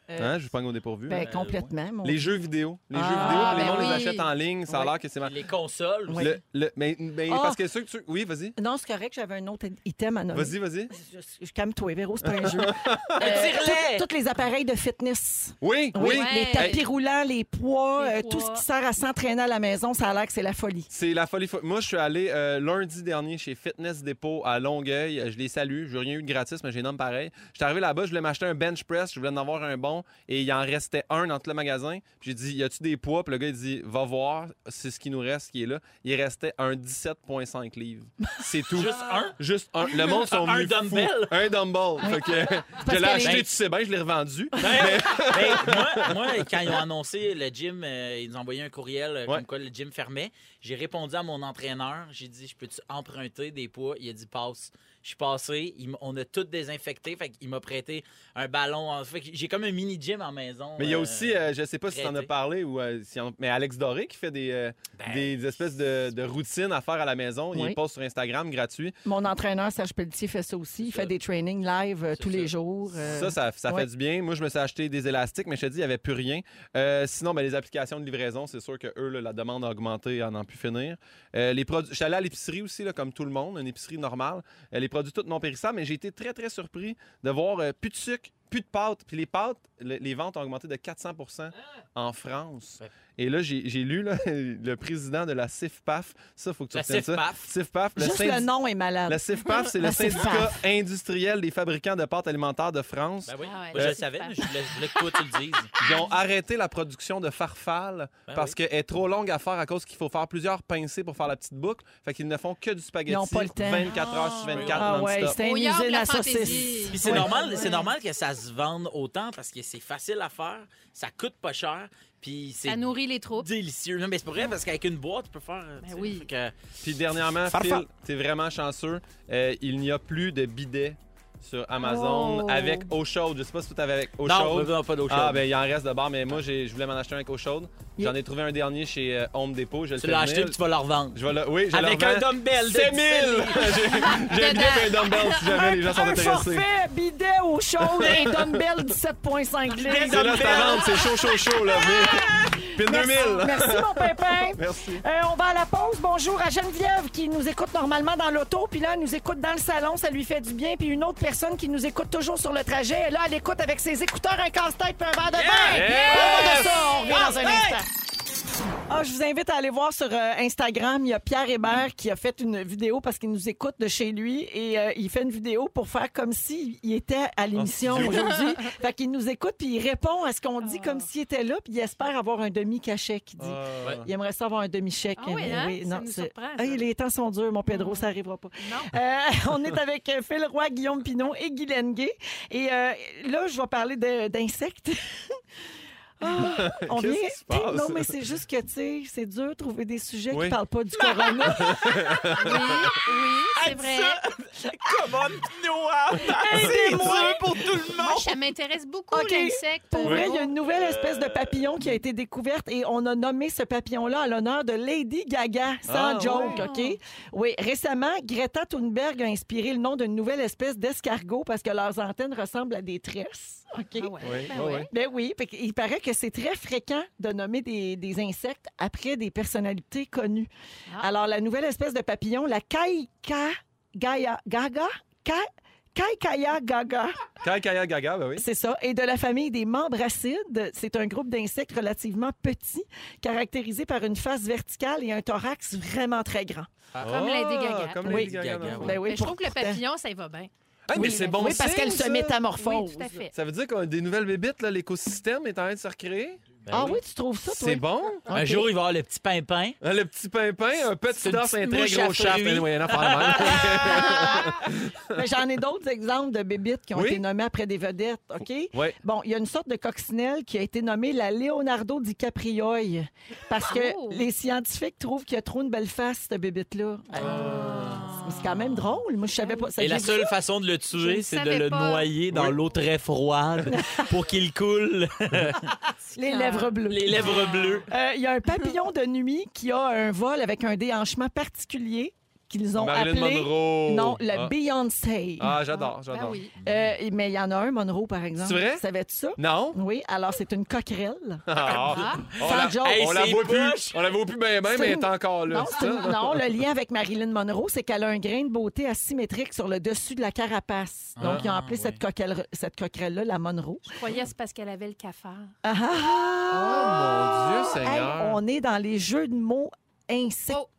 Hein, je vous pogne au dépourvu. Ben, euh, complètement. mon- Les jeux vidéo. Les jeux vidéo, Ah, les ben gens les oui. Oh! achètent en ligne, ça a l'air que c'est mal. ben, Les consoles. aussi. Le- le- mais mais Ah. parce que ceux que tu. Oui, vas-y. Non, c'est correct, j'avais un autre item à nommer. Vas-y, vas-y. Je, je calme toi, Véro, c'est pas un jeu. Euh, tirelet! tout- Tous les appareils de fitness. Oui, oui. Ouais. Les tapis roulants, les poids, Les euh, tout ce poids. qui sert à s'entraîner à la maison, ça a l'air que c'est la folie. C'est la folie. fo- Moi, je suis allé euh, lundi dernier chez Fitness Depot à Longueuil. Je les salue. Je n'ai rien eu de gratis, mais j'ai nomme pareil. Je suis arrivé là-bas, je voulais m'acheter un bench press. Je voulais en avoir un bon. Et il en restait un dans tout le magasin. Puis j'ai dit, y a-tu des poids? Puis le gars, il dit, va voir. C'est ce qui nous reste qui est là. Il restait un 17,5 livres. C'est tout. Juste un? Juste un. Le monde sont Un venus fous. dumbbell? Un dumbbell. Fait que, je l'ai parce que acheté, les- tu sais bien, je l'ai revendu. Ben, ben, moi, moi, quand ils ont annoncé le gym, euh, ils nous ont envoyé un courriel euh, Ouais. comme quoi le gym fermait. J'ai répondu à mon entraîneur. J'ai dit, je peux-tu emprunter des poids? Il a dit, passe. Je suis passé, il m- on a tout désinfecté. Fait qu'il m'a prêté un ballon. en- fait que j'ai comme un mini gym en maison. Mais il y a euh, aussi, euh, je sais pas si tu en as traité. parlé, ou, euh, si on- mais Alex Doré qui fait des, euh, Ben, des espèces de, de routines à faire à la maison. Il Oui. les poste sur Instagram gratuit. Mon entraîneur, Serge Pelletier, fait ça aussi. Il C'est ça. fait des trainings live euh, C'est tous ça. les jours. euh, Ça, ça, ça ouais. fait du bien. Moi, je me suis acheté des élastiques, mais je te dis, il n'y avait plus rien. Euh, sinon, ben, les applications de livraison, c'est sûr que eux, là, la demande a augmenté en n'en plus finir. Euh, les produits, je suis allé à l'épicerie aussi, là, comme tout le monde, une épicerie normale. Euh, les produits tous non périssables, mais j'ai été très, très surpris de voir euh, plus de sucre, plus de pâtes. Puis les pâtes, le- les ventes ont augmenté de 400 en France. Ouais. Et là, j'ai j'ai lu là, le président de la CIFPAF. Ça, faut que tu La retiennes ça. CIFPAF. CIFPAF, le Juste syndicat- le nom est malade. La CIFPAF, c'est le Ah. La CIFPAF. syndicat industriel des fabricants de pâtes alimentaires de France. Ben oui, Ah Moi, ouais, je c'est le savais, super. mais je voulais, je voulais que toi tu le dises. Ils ont arrêté la production de farfalle Ben parce oui. qu'elle est trop longue à faire à cause qu'il faut faire plusieurs pincées pour faire la petite boucle. Fait qu'ils ne font que du spaghetti Ils ont pas le temps. 24 heures sur 24 Ah ouais, non-stop. c'était une Brouillard de usine la à fantaisie. saucisses. Puis c'est Ouais. normal, c'est normal que ça se vende autant parce que c'est facile à faire, ça coûte pas cher, puis c'est Ça nourrit les troupes. délicieux. Non, mais c'est pour vrai parce qu'avec une boîte, tu peux faire. tu sais, oui. fait que- Puis dernièrement, Farfalle. Phil, t'es vraiment chanceux. Euh, il n'y a plus de bidet sur Amazon Oh. avec eau chaude. Je sais pas si tu avais avec eau non, chaude. non, pas d'eau chaude. Ah, ben il en reste de bord, mais moi j'ai- je voulais m'en acheter un avec eau chaude. J'en ai trouvé un dernier chez euh, Home Depot. Je le tu fais l'as venir. acheté, puis tu vas le revendre. Je vais le- Oui, je Avec le un revends. dumbbell. de 7000! 10 000. J'ai j'ai bien fait un dumbbell si jamais les gens sont Un intéressés. forfait bidet au chaud et dumbbell 17,5 litres. C'est là, c'est à vendre, c'est chaud, chaud, chaud, là. mais- Pin 2000! Merci, mon pimpin. Merci. Euh, on va à la pause. Bonjour à Geneviève qui nous écoute normalement dans l'auto, puis là, elle nous écoute dans le salon, ça lui fait du bien. Puis une autre personne qui nous écoute toujours sur le trajet, elle, là, elle écoute avec ses écouteurs, un casse-tête, puis un verre de vin. Parle-moi de ça, on revient dans un instant. Ah, je vous invite à aller voir sur euh, Instagram. Il y a Pierre Hébert qui a fait une vidéo parce qu'il nous écoute de chez lui et euh, il fait une vidéo pour faire comme s'il était à l'émission studio. aujourd'hui. Fait qu'il nous écoute puis il répond à ce qu'on dit comme s'il était là puis il espère avoir un demi-cachet qui Ah. dit. Il aimerait ça avoir un demi-chèque. Ah oui, mais hein? Ça non, nous c'est- surprend, Ah, ça. Ah. les temps sont durs, mon Pedro, ça arrivera pas. Non. Euh, on est avec euh, Phil Roy, Guillaume Pinot et Guy Lenguet. Et euh, là, je vais parler de- d'insectes. Ah, on Qu'est-ce vient... qui se passe? Non, mais c'est juste que, tu sais, c'est dur de trouver des sujets Oui. qui parlent pas du corona. Oui, oui, c'est vrai. Comment Noah? C'est Aidez-moi. dur pour tout le Moi, monde. ça m'intéresse beaucoup, OK. l'insecte. Pour vrai, il y a une nouvelle espèce de papillon qui a été découverte et on a nommé ce papillon-là en l'honneur de Lady Gaga, sans Ah, joke, ouais. OK? Oui, récemment, Greta Thunberg a inspiré le nom d'une nouvelle espèce d'escargot parce que leurs antennes ressemblent à des tresses, OK? Ah ouais, Oui, ben oui, ouais. oui. Ben oui, fait qu'il- il paraît que c'est très fréquent de nommer des, des insectes après des personnalités connues. Ah. Alors, la nouvelle espèce de papillon, la Kaika Gaia, Gaga, Ka- Kaikaya Gaga, Kaya Kaya Gaga, ben oui. c'est ça, est de la famille des membracides. C'est un groupe d'insectes relativement petit, caractérisé par une face verticale et un thorax vraiment très grand. Comme Lady Gaga. Ah, Comme Oui. Lady Gaga. Gaga, dans le oui. fond. Ben oui, Mais je trouve que le pourtant. papillon, ça y va bien. Ah, mais Oui, c'est ben bon Oui, parce signe, qu'elle se ça. métamorphose. Oui, tout à fait. Ça veut dire qu'on a des nouvelles bébites, là, l'écosystème est en train de se recréer. Ah oui, tu trouves ça, toi? Ben C'est bon. Un jour, il va y avoir le petit pimpin. Hein, Le petit pimpin, un C'est petit une os, un petite très mouche gros à chat. fruits. Ben oui, il y a une affaire de même. Mais Ben, J'en ai d'autres exemples de bébites qui ont Oui. été nommées après des vedettes, OK? Oui. Bon, il y a une sorte de coccinelle qui a été nommée la Leonardo DiCaprio parce que Oh. les scientifiques trouvent qu'il y a trop une belle face, cette bébite-là. Euh, C'est quand même drôle. Moi, je savais pas. ça, Et la j'ai vu seule façon de le tuer, le c'est de savais le pas. noyer dans l'eau très froide pour qu'il coule Les lèvres bleues. les lèvres bleues. Euh, Il y a un papillon de nuit qui a un vol avec un déhanchement particulier qu'ils ont Marilyn appelé... Monroe. Non, le Ah. Beyoncé. Ah, j'adore, Ben j'adore. oui. Euh, mais il y en a un, Monroe, par C'est exemple. vrai? Savais-tu ça? Non? Oui, alors c'est une coquerelle. Ah, on Sans la, joke. Hey, on la c'est voit plus. poche. On la voit plus bien, bien, mais C'est elle une- est encore là. Non, c'est c'est ça? une- non, le lien avec Marilyn Monroe, c'est qu'elle a un grain de beauté asymétrique sur le dessus de la carapace. Donc, Ah, ils ont appelé oui. cette, coquerelle, cette coquerelle-là la Monroe. Je croyais que c'est parce qu'elle avait le cafard. Ah, ah, Oh, mon Dieu, ah. Seigneur. Hey, on est dans les jeux de mots Oh. insectibestiaux.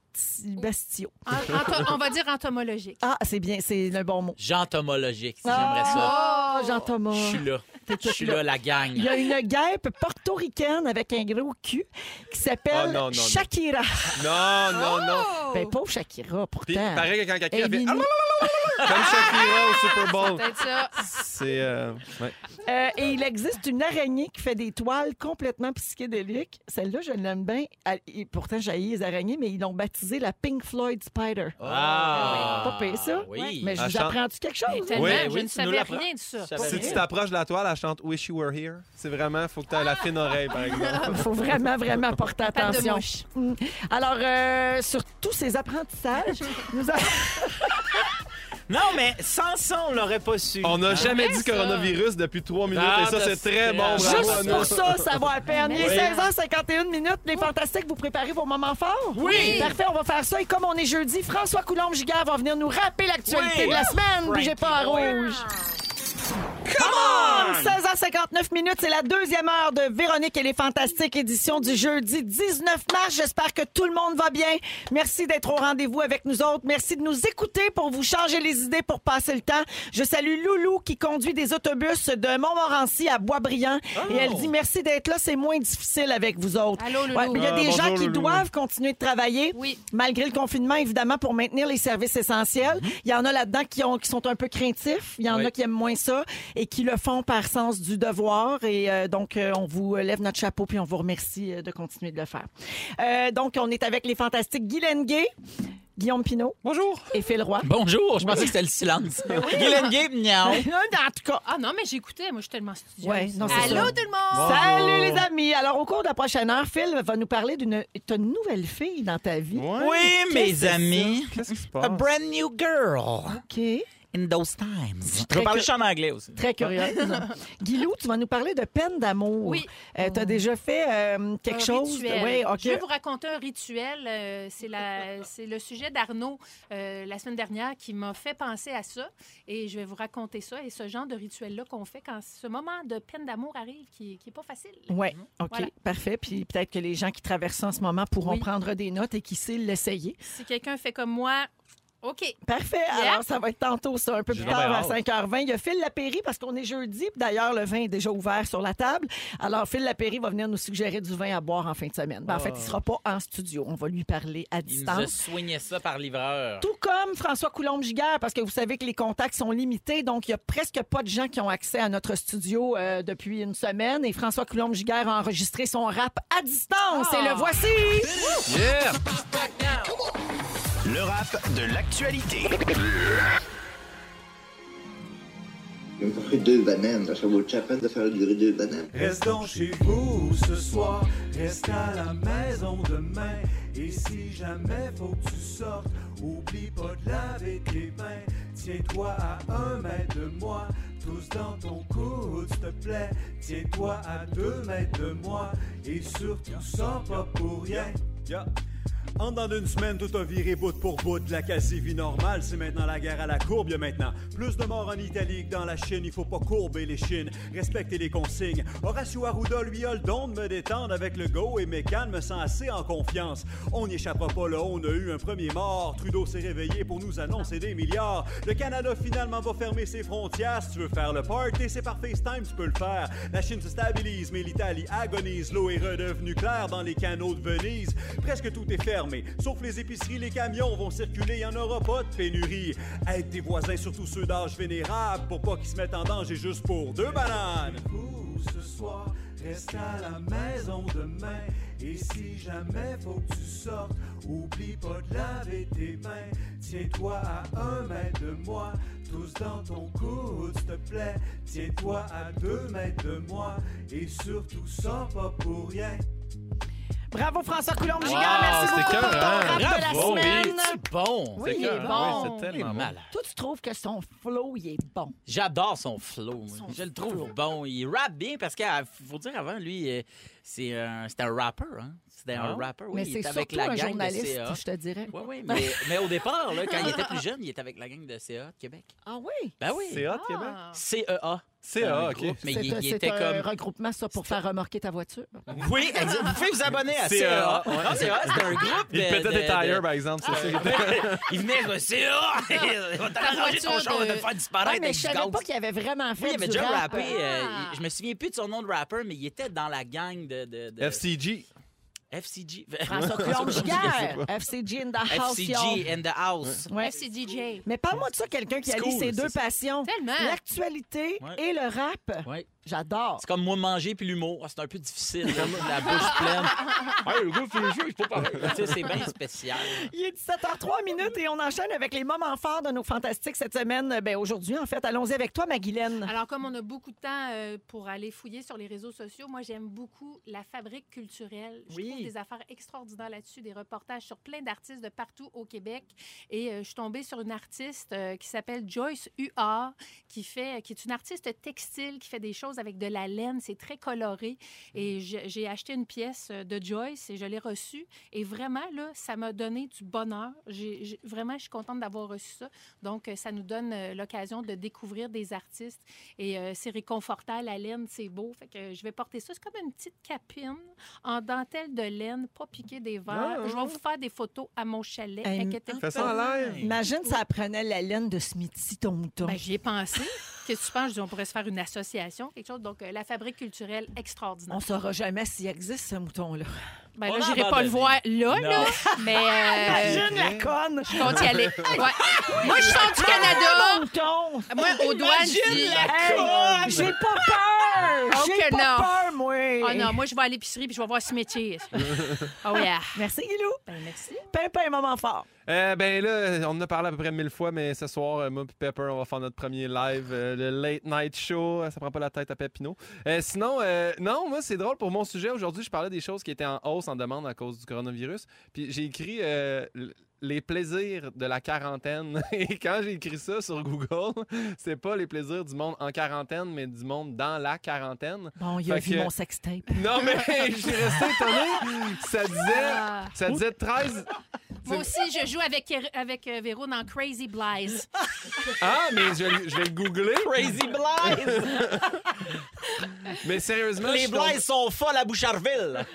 En- ento- on va dire entomologique. Ah, c'est bien, c'est le bon mot. J'entomologique, si Ah, j'aimerais ça. Oh. Jean-Thomas. Je suis là. cette Je suis équipe-là. là, la gang. Il y a une guêpe portoricaine avec un gros cul qui Oh, s'appelle non, non, non. Shakira. Non, non, non. Oh! Ben, pauvre Puis, Shakira, pourtant. pareil que quand quelqu'un Elle fait est Ah, minou. comme Shakira au Super Bowl. Peut-être ça. C'est. euh, ouais. Euh, et il existe une araignée qui fait des toiles complètement psychédéliques. Celle-là, je l'aime bien. Elle- et pourtant, j'ai les araignées, mais ils l'ont baptisée la Pink Floyd Spider. Pas pire, ça? Ah! Oui. Ah, Mais je Elle vous chante- apprends-tu quelque Mais chose? tellement, Oui, je oui, ne tu nous savais l'apprends. rien de ça. Ça Pour fait Si vrai. tu t'approches de la toile, elle chante Wish You Were Here. C'est vraiment, faut que tu aies la fine oreille, par exemple. Il faut vraiment, vraiment porter de attention. mouche. Mm. Alors, euh, sur tous ces apprentissages, nous avons... Non, mais sans ça, on l'aurait pas su. On n'a jamais dit ça. coronavirus depuis trois minutes, Ah, et ça, t'as- c'est très bon. Juste bravo à Juste nous. pour ça, ça va à peine. Il est Oui. 16h51 minutes. Les fantastiques, vous préparez vos moments forts? Oui. Parfait, on va faire ça. Et comme on est jeudi, François Coulombe-Gigard va venir nous rappeler l'actualité Oui. de la semaine. Bougez pas à rouge. Come on! 16h59 minutes, c'est la deuxième heure de Véronique et les Fantastiques, édition du jeudi 19 mars. J'espère que tout le monde va bien. Merci d'être au rendez-vous avec nous autres. Merci de nous écouter pour vous changer les idées, pour passer le temps. Je salue Loulou qui conduit des autobus de Montmorency à Boisbriand. Et elle dit merci d'être là, c'est moins difficile avec vous autres. Allô, Loulou. mais il y a Ah, des bonjour, gens qui Loulou. doivent continuer de travailler Oui. malgré le confinement, évidemment, pour maintenir les services essentiels. Mhm. Il y en a là-dedans qui, ont, qui sont un peu craintifs, il y en Oui. a qui aiment moins ça et qui le font par sens du devoir. Et euh, donc, euh, on vous euh, lève notre chapeau puis on vous remercie euh, de continuer de le faire. Euh, donc, on est avec les fantastiques Guy Lenguet, Guillaume Pinault Bonjour. et Phil Roy. Bonjour, je pensais que c'était le silence. Guylaine Gabe, en miaou. tout cas, Ah non, mais j'écoutais. Moi, je suis tellement studieuse. Ouais, non, c'est Allô, ça. tout le monde! Salut les amis! Alors, au cours de la prochaine heure, Phil va nous parler d'une t'as une nouvelle fille dans ta vie. Oui, mes amis. Qu'est-ce qui se A passe? brand new girl OK. in those times. Je très peux parler que- juste en anglais aussi. Très curieuse. Guilou, tu vas nous parler de peine d'amour. Oui. tu as déjà fait euh, quelque Un chose. rituel. Oui, OK. Je vais vous raconter un rituel. euh, c'est la- c'est le sujet d'Arnaud euh, la semaine dernière qui m'a fait penser à ça. Et je vais vous raconter ça et ce genre de rituel-là qu'on fait quand ce moment de peine d'amour arrive qui n'est pas facile. Oui, OK, Mhm. Voilà. parfait. Puis peut-être que les gens qui traversent ça en ce moment pourront Oui. prendre des notes et qui sait l'essayer. Si quelqu'un fait comme moi, OK. Parfait. Yeah. Alors, ça va être tantôt, ça, un peu J'ai plus donc tard, bien à hâte. 5h20. Il y a Phil Lapéry, parce qu'on est jeudi. Puis D'ailleurs, le vin est déjà ouvert sur la table. Alors, Phil Lapéry va venir nous suggérer du vin à boire en fin de semaine. Ben, En Ah. fait, il ne sera pas en studio. On va lui parler à Il nous a distance. soigné ça par livreur. Tout comme François Coulombe-Giguère, parce que vous savez que les contacts sont limités, donc il y a presque pas de gens qui ont accès à notre studio euh, depuis une semaine. Et François Coulombe-Giguère a enregistré son rap à distance. Et le voici! Yeah! Le rap de l'actualité. Je me ferai deux bananes. Ça vaut le chapin de faire durer deux bananes. Reste donc chez vous ce soir, reste à la maison demain. Et si jamais faut que tu sortes, oublie pas de laver tes mains. Tiens-toi à un mètre de moi, tous dans ton coude, s'il te plaît. Tiens-toi à deux mètres de moi, et surtout sors pas pour rien. En dans d'une semaine, tout a viré bout pour bout. La quasi-vie normale, c'est maintenant la guerre à la courbe il y a maintenant. Plus de morts en Italie que dans la Chine, il faut pas courber les chines. Respectez les consignes. Horacio Arruda, lui, a le don de me détendre avec le go et mes cannes me sent assez en confiance. On n'y échappera pas là, on a eu un premier mort. Trudeau s'est réveillé pour nous annoncer des milliards. Le Canada finalement va fermer ses frontières. Si tu veux faire le party, c'est par FaceTime, tu peux le faire. La Chine se stabilise, mais l'Italie agonise. L'eau est redevenue claire dans les canaux de Venise. Presque tout est fermé, sauf les épiceries, les camions vont circuler, il n'y en aura pas de pénurie. Aide tes voisins, surtout ceux d'âge vénérable, pour pas qu'ils se mettent en danger juste pour deux bananes. Ce soir, reste à la maison demain. Et si jamais faut que tu sortes, oublie pas de laver tes mains. Tiens-toi à un mètre de moi, tous dans ton coude, s'il te plaît. Tiens-toi à deux mètres de moi, et surtout sors pas pour rien. Bravo François Coulombe-Giguère, Wow, merci c'était beaucoup pour ton écœurant. rap de la Bravo, oui. semaine. C'est bon. Oui, il est écœurant, oui, bon. c'est Il est tellement bon. malade. Toi, tu trouves que son flow, il est bon. J'adore son flow. moi. je le trouve bon. Il rappe bien parce qu'il faut dire avant, lui, euh, c'est un, c'était un rapper. Hein? C'était un rapper, oui. Ah. Mais il c'est était surtout avec la un gang de journaliste, CA. je te dirais. Oui, oui, mais, mais au départ, là, quand il était plus jeune, il était avec la gang de CA de Québec. Ah oui? Ben oui. C'est hot, Québec? CEA. CA, OK. Mais il, était un regroupement, ça, pour faire remorquer ta voiture. Oui, exact. Vous pouvez vous abonner à CA. Ouais. Non, c'est vrai, c'était un groupe. Il de- pétait de- des tires, ben. de- par exemple, c'est ça. Il venait, je me suis dit, Ah! il va t'arranger ton voiture char, on va te de- faire disparaître. Ouais, Ah, mais avec je du savais gaz. pas qu'il avait vraiment fait Oui, il avait du déjà rap. rappé. euh, il- je me souviens plus de son nom de rapper, mais il était dans la gang de. de- de- FCG. FCG. François Coulombe Giguère, FCG in the house, y'all. FCG and the house. Ouais. C'est DJ. Mais parle-moi de ça, quelqu'un qui allie School, ses deux c'est ça. passions, Tellement. l'actualité Ouais. et le rap. Ouais. J'adore. C'est comme moi manger puis l'humour. Ah, C'est un peu difficile, là, la bouche pleine. Hey, le gars, c'est le jeu, c'est pas pareil. Tu sais, C'est bien spécial. Il est 17h03 minutes et on enchaîne avec les moments forts de nos fantastiques cette semaine. Ben aujourd'hui, en fait, allons-y avec toi, Maguilaine. Alors, comme on a beaucoup de temps euh, pour aller fouiller sur les réseaux sociaux, moi, j'aime beaucoup la fabrique culturelle. Je Oui. trouve des affaires extraordinaires là-dessus, des reportages sur plein d'artistes de partout au Québec. Et euh, je suis tombée sur une artiste euh, qui s'appelle Joyce Huard, qui, fait, qui est une artiste textile qui fait des choses avec de la laine. C'est très coloré. Et j'ai j'ai acheté une pièce euh, de Joyce et je l'ai reçue. Et vraiment, là, ça m'a donné du bonheur. J'ai- j'ai- vraiment, je suis contente d'avoir reçu ça. Donc, euh, ça nous donne euh, l'occasion de découvrir des artistes et euh, c'est réconfortant. La laine, c'est beau. Fait que euh, je vais porter ça. C'est comme une petite capine en dentelle de laine, pas piquée des verres. Ah, je vais vous faire des photos à mon chalet. Hey, Inquiétez-vous Fais ça pas. en live. Imagine, ça prenait la laine de Smithy, ton mouton. Ben, j'y ai pensé. Qu'est-ce que tu penses? Je dis, on pourrait se faire une association, quelque chose. Donc, euh, la fabrique culturelle extraordinaire. on saura jamais s'il existe, ce mouton-là. Ben, on là, a j'irai pas abandonné. le voir là, Non. là. Mais. euh, Imagine la conne! je compte y aller. Ouais. Moi, je suis du Canada. Mouton! Moi, aux douanes, je dis- Hey, j'ai pas peur! Oh J'ai que pas non. peur, moi! Ah non, moi, je vais à l'épicerie puis je vais voir ce métier. Oh yeah. Merci, Guilou. Ben, merci. Pimpin, moment fort. Euh, ben là, on en a parlé à peu près mille fois, mais ce soir, euh, moi et Pepper, on va faire notre premier live, euh, le Late Night Show. Euh, Ça prend pas la tête à Pepino. Euh, sinon, euh, non, moi, c'est drôle pour mon sujet. Aujourd'hui, je parlais des choses qui étaient en hausse, en demande à cause du coronavirus. Puis j'ai écrit euh, l- les plaisirs de la quarantaine. Et quand j'ai écrit ça sur Google, c'est pas les plaisirs du monde en quarantaine, mais du monde dans la quarantaine. Bon, il a Fait vu que- mon sextape. Non, mais je suis resté étonné. Ça disait, Ah. ça disait 13. Moi aussi, je joue avec, avec euh, Véro dans Crazy Blaze. Ah, mais je, je vais le googler. Crazy Blaze! Mais sérieusement, je Les suis tombé- Blaze sont folles à Boucherville!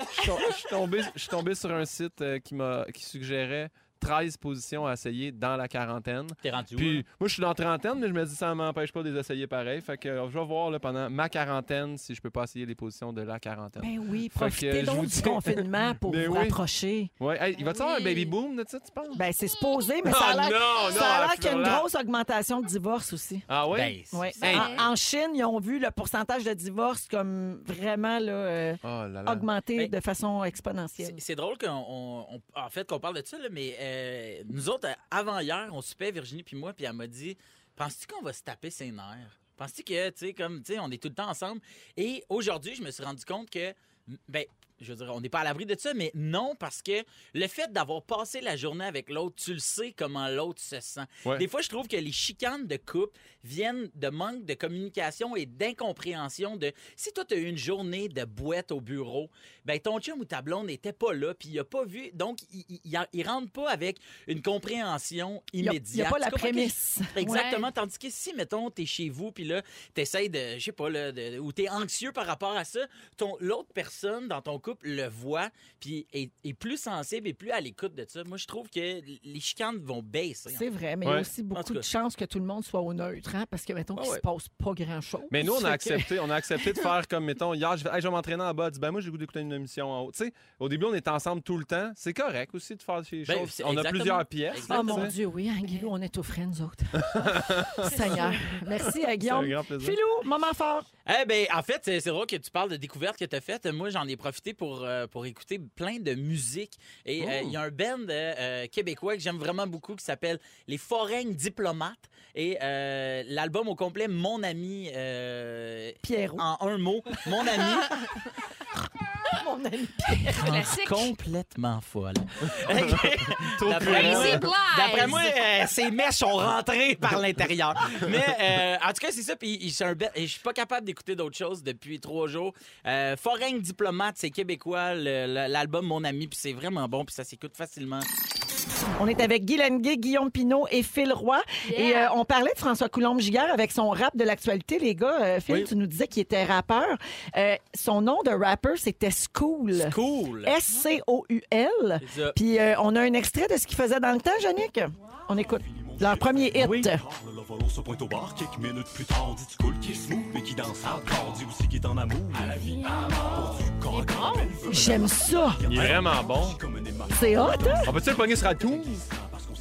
je suis tom- je suis tombé, je suis tombé sur un site euh, qui, m'a, qui suggérait 13 positions à essayer dans la quarantaine. T'es rendu où? Puis moi, je suis dans trentaine, mais je me dis ça ne m'empêche pas de les essayer pareil. Fait que euh, je vais voir là, pendant ma quarantaine si je peux pas essayer les positions de la quarantaine. Ben Fait oui, que, profitez je donc vous du dis- confinement pour Ben vous oui. rapprocher. Ouais, hey, il va y avoir un oui. baby boom de ça, tu penses? Ben, c'est supposé, mais Oh ça a l'air, non, ça a non, l'air qu'il y a une Furlan. grosse augmentation de divorces aussi. Ah oui? Ben, c'est- Ouais. Hey. En, en Chine, ils ont vu le pourcentage de divorces comme vraiment là, euh, oh là là. augmenter Ben, de façon exponentielle. C'est c'est drôle qu'on on- on- en fait qu'on parle de ça, là, mais euh, nous autres, euh, avant hier, on soupait, Virginie puis moi, puis elle m'a dit Penses-tu qu'on va se taper ses nerfs? Penses-tu que, tu sais, comme, tu sais, on est tout le temps ensemble? Et aujourd'hui, je me suis rendu compte que, m- ben, je veux dire, on n'est pas à l'abri de ça, mais non, parce que le fait d'avoir passé la journée avec l'autre, tu le sais comment l'autre se sent. Ouais. Des fois, je trouve que les chicanes de couple viennent de manque de communication et d'incompréhension de si toi, tu as eu une journée de boîte au bureau, ben ton chum ou ta blonde n'était pas là, puis il a pas vu. Donc, il- il il- il rentre pas avec une compréhension Il y a- immédiate. Il n'y a, pas Tu la comprends que- prémisse. Exactement. Tandis que si, mettons, t'es chez vous, puis là, t'essayes de, je sais pas, là, de- ou t'es anxieux par rapport à ça, ton, l'autre personne dans ton couple le voit, puis est, est plus sensible et plus à l'écoute de ça. Moi, je trouve que l- les chicanes vont baisser. C'est vrai, mais il y a Ouais. aussi En tout beaucoup cas. de Ah chances que tout le monde soit au neutre, hein, parce que, mettons, Ouais, qu'il ne ouais. se passe pas grand-chose. Mais nous, on a Fait que- accepté, on a accepté de faire comme, mettons, hier, je vais, Hey, je vais m'entraîner en bas. Elle dit, ben moi, j'ai le goût d'écouter une émission en haut. Tu sais, au début, on était ensemble tout le temps. C'est correct aussi de faire des Ben, choses. c'est On a exactement. plusieurs pièces. Oh Exactement. mon Dieu, oui, hein, Guilou, on est aux frais, nous autres. Seigneur. Merci C'est à un Guillaume. grand plaisir. Philou, moment fort. Eh ben, en fait, c'est c'est drôle que tu parles de découvertes que tu as faites. Moi, j'en ai profité pour, euh, pour écouter plein de musique. Et euh, il y a un band euh, euh, québécois que j'aime vraiment beaucoup qui s'appelle Les Foraines Diplomates. Et euh, l'album au complet, Mon ami, euh, Pierrot, en un mot, Mon ami Ah, mon ami. Classique. complètement folle. Trop D'après purée. moi, Crazy Blaze. Ah D'après moi, euh, ses mèches sont rentrées par l'intérieur. Mais euh, en tout cas, c'est ça. Puis il- c'est un bel- et je suis pas capable d'écouter d'autres choses depuis trois jours. Euh, Forain diplomate, c'est québécois. le- le- L'album Mon ami, puis c'est vraiment bon. Puis ça s'écoute facilement. On est avec Guy Lenguet, Guillaume Pinault et Phil Roy. Et euh, on parlait de François Coulombe Giguère avec son rap de l'actualité, les gars. Euh, Phil, Oui. tu nous disais qu'il était rappeur. Euh, son nom de rappeur, c'était School. School. Eh. S-C-O-U-L. C'est ça. Puis euh, on a un extrait de ce qu'il faisait dans le temps, Yannick. On écoute leur premier hit. Le volant se pointe au bar, quelques minutes plus tard, on dit tu cool, qui est smooth, mais qui danse encore, dit aussi qui est en amour. À la vie, à mort. Pour du corps, J'aime ça. Il est vraiment bon. C'est hot, hein? On peut-tu le pogner sur iTunes?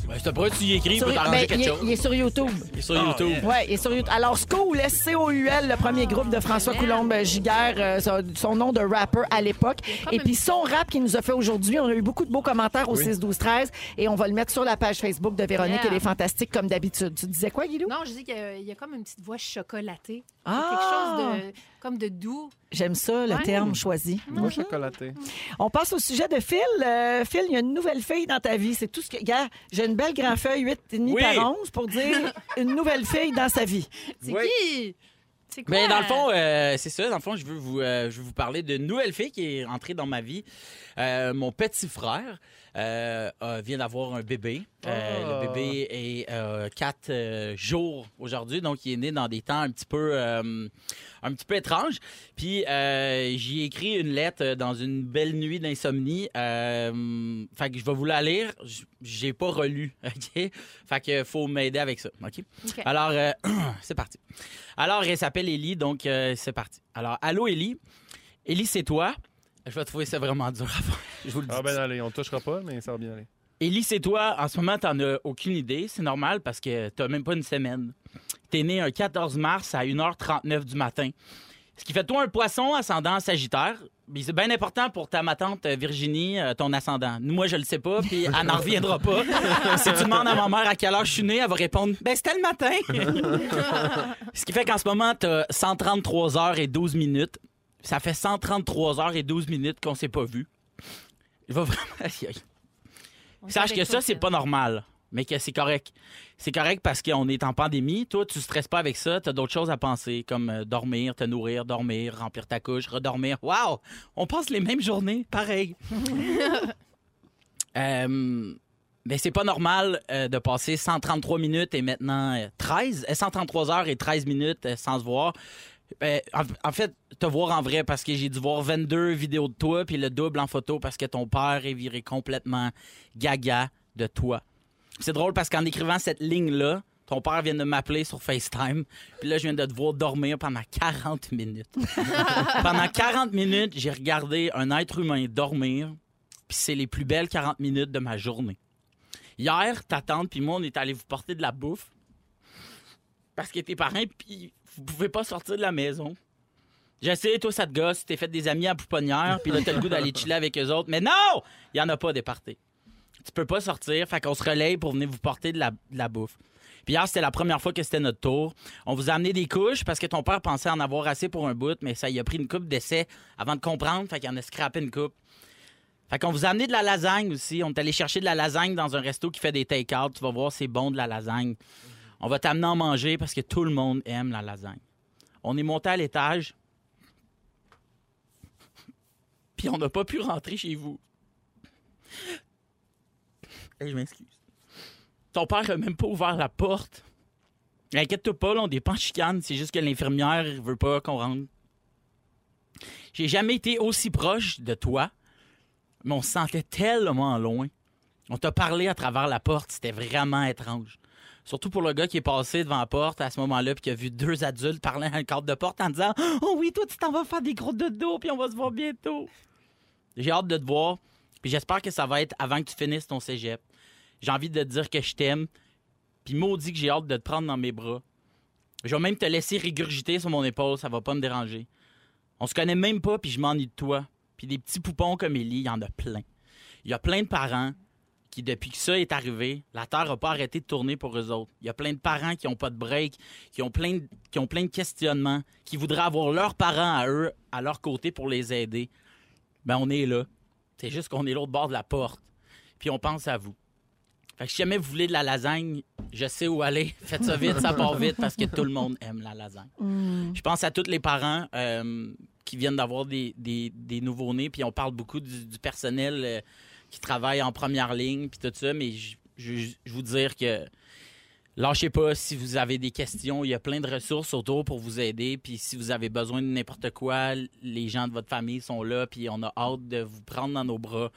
Ben, je te promets, tu y écris, il Sur- peut ben, t'arranger il, quelque est, chose. il est sur YouTube. Il est sur YouTube. Ouais, il est sur YouTube. Alors, School, S-C-O-U-L, le premier Ah, groupe de François Coulombe Giguère, euh, son, son nom de rapper à l'époque. Et puis son rap qu'il nous a fait aujourd'hui, on a eu beaucoup de beaux commentaires au Oui. 6-12-13 et on va le mettre sur la page Facebook de Véronique Yeah. et les Fantastiques comme d'habitude. Tu disais quoi, Guilou? Non, je dis qu'il y a- il y, a comme une petite voix chocolatée. Ah! Quelque chose de, comme de doux. J'aime ça, le Ouais. terme choisi. Moi, chocolaté. On passe au sujet de Phil. Euh, Phil, il y a une nouvelle fille dans ta vie. C'est tout ce que. Regarde, j'ai une belle grand feuille 8,5 Oui. par 11 pour dire une nouvelle fille dans sa vie. C'est Oui. qui? C'est quoi? Mais dans le fond, euh, c'est ça. Dans le fond, je veux vous, euh, je veux vous parler d'une nouvelle fille qui est entrée dans ma vie. Euh, mon petit frère euh, euh, vient d'avoir un bébé. Euh, Ah. Le Oh. bébé est euh, quatre euh, jours aujourd'hui, donc il est né dans des temps un petit peu, euh, un petit peu étranges. Puis euh, j'y ai écrit une lettre euh, dans une belle nuit d'insomnie. Euh, fait que je vais vous la lire. J- J'ai pas relu, ok. Fait que faut m'aider avec ça, ok. Ok. Alors euh, c'est parti. Alors, elle s'appelle Ellie, donc euh, c'est parti. Alors, allô Ellie. Ellie, c'est toi. Je vais trouver ça vraiment dur à faire. Je vous le dis. Ah ben allez, on touchera pas, mais ça va bien aller. Ellie, c'est toi. En ce moment, t'en as aucune idée. C'est normal parce que t'as même pas une semaine. T'es né un 14 mars à 1h39 du matin. Ce qui fait de toi un poisson ascendant sagittaire. Mais C'est bien important pour ta ma tante euh, Virginie, euh, ton ascendant. Moi, je le sais pas, puis elle n'en reviendra pas. si tu demandes à ma mère à quelle heure je suis né, elle va répondre Ben, c'était le matin. Ce qui fait qu'en ce moment, t'as 133 heures et 12 minutes. Ça fait 133 heures et 12 minutes qu'on s'est pas vu. Il va vraiment. Aïe, aïe. Sache avec que toi, ça, c'est pas normal, mais que c'est correct. C'est correct parce qu'on est en pandémie. Toi, tu stresses pas avec ça. T'as d'autres choses à penser, comme euh, dormir, te nourrir, dormir, remplir ta couche, redormir. Waouh! On passe les mêmes journées, pareil. Euh, mais c'est pas normal euh, de passer 133 minutes et maintenant euh, 13, euh, 133 heures et 13 minutes euh, sans se voir. Euh, en, en fait, te voir en vrai parce que j'ai dû voir 22 vidéos de toi puis le double en photo parce que ton père est viré complètement gaga de toi. C'est drôle parce qu'en écrivant cette ligne-là, ton père vient de m'appeler sur FaceTime. Puis là, je viens de te voir dormir pendant 40 minutes. pendant 40 minutes, j'ai regardé un être humain dormir. Puis c'est les plus belles 40 minutes de ma journée. Hier, ta tante puis moi, on est allés vous porter de la bouffe. Parce que tes parents, puis vous pouvez pas sortir de la maison. Je sais, toi, ça te gosse, t'es fait des amis à pouponnière, puis là, t'as le goût d'aller chiller avec eux autres. Mais non! Il y en a pas des parties. Tu peux pas sortir, fait qu'on se relaye pour venir vous porter de la, de la bouffe. Puis hier, c'était la première fois que c'était notre tour. On vous a amené des couches parce que ton père pensait en avoir assez pour un bout, mais ça, il a pris une coupe d'essai avant de comprendre, fait qu'il en a scrappé une coupe. Fait qu'on vous a amené de la lasagne aussi. On est allé chercher de la lasagne dans un resto qui fait des take-out. Tu vas voir, c'est bon de la lasagne. On va t'amener en manger parce que tout le monde aime la lasagne. On est monté à l'étage. Puis on n'a pas pu rentrer chez vous. Hey, Eh, je m'excuse. Ton père a même pas ouvert la porte. Inquiète-toi pas, là, on n'est pas en chicane. C'est juste que l'infirmière veut pas qu'on rentre. J'ai jamais été aussi proche de toi mais on se sentait tellement loin. On t'a parlé à travers la porte, c'était vraiment étrange. Surtout pour le gars qui est passé devant la porte à ce moment-là, puis qui a vu deux adultes parler à un cadre de porte en disant Oh oui, toi, tu t'en vas faire des gros dodo, puis on va se voir bientôt. J'ai hâte de te voir, puis j'espère que ça va être avant que tu finisses ton cégep. J'ai envie de te dire que je t'aime, puis maudit que j'ai hâte de te prendre dans mes bras. Je vais même te laisser régurgiter sur mon épaule, ça va pas me déranger. On se connaît même pas, puis je m'ennuie de toi. Puis des petits poupons comme Ellie, il y en a plein. Il y a plein de parents qui, depuis que ça est arrivé, la Terre n'a pas arrêté de tourner pour eux autres. Il y a plein de parents qui n'ont pas de break, qui ont, plein de, qui ont plein de questionnements, qui voudraient avoir leurs parents à eux, à leur côté pour les aider. Ben, on est là. C'est juste qu'on est l'autre bord de la porte. Puis on pense à vous. Fait que si jamais vous voulez de la lasagne, je sais où aller. Faites ça vite, ça part vite, parce que tout le monde aime la lasagne. Mm. Je pense à tous les parents euh, qui viennent d'avoir des, des, des nouveaux-nés, puis on parle beaucoup du, du personnel euh, qui travaillent en première ligne, puis tout ça, mais je- je je vous dire que lâchez pas si vous avez des questions. Il y a plein de ressources autour pour vous aider, puis si vous avez besoin de n'importe quoi, les gens de votre famille sont là, puis on a hâte de vous prendre dans nos bras.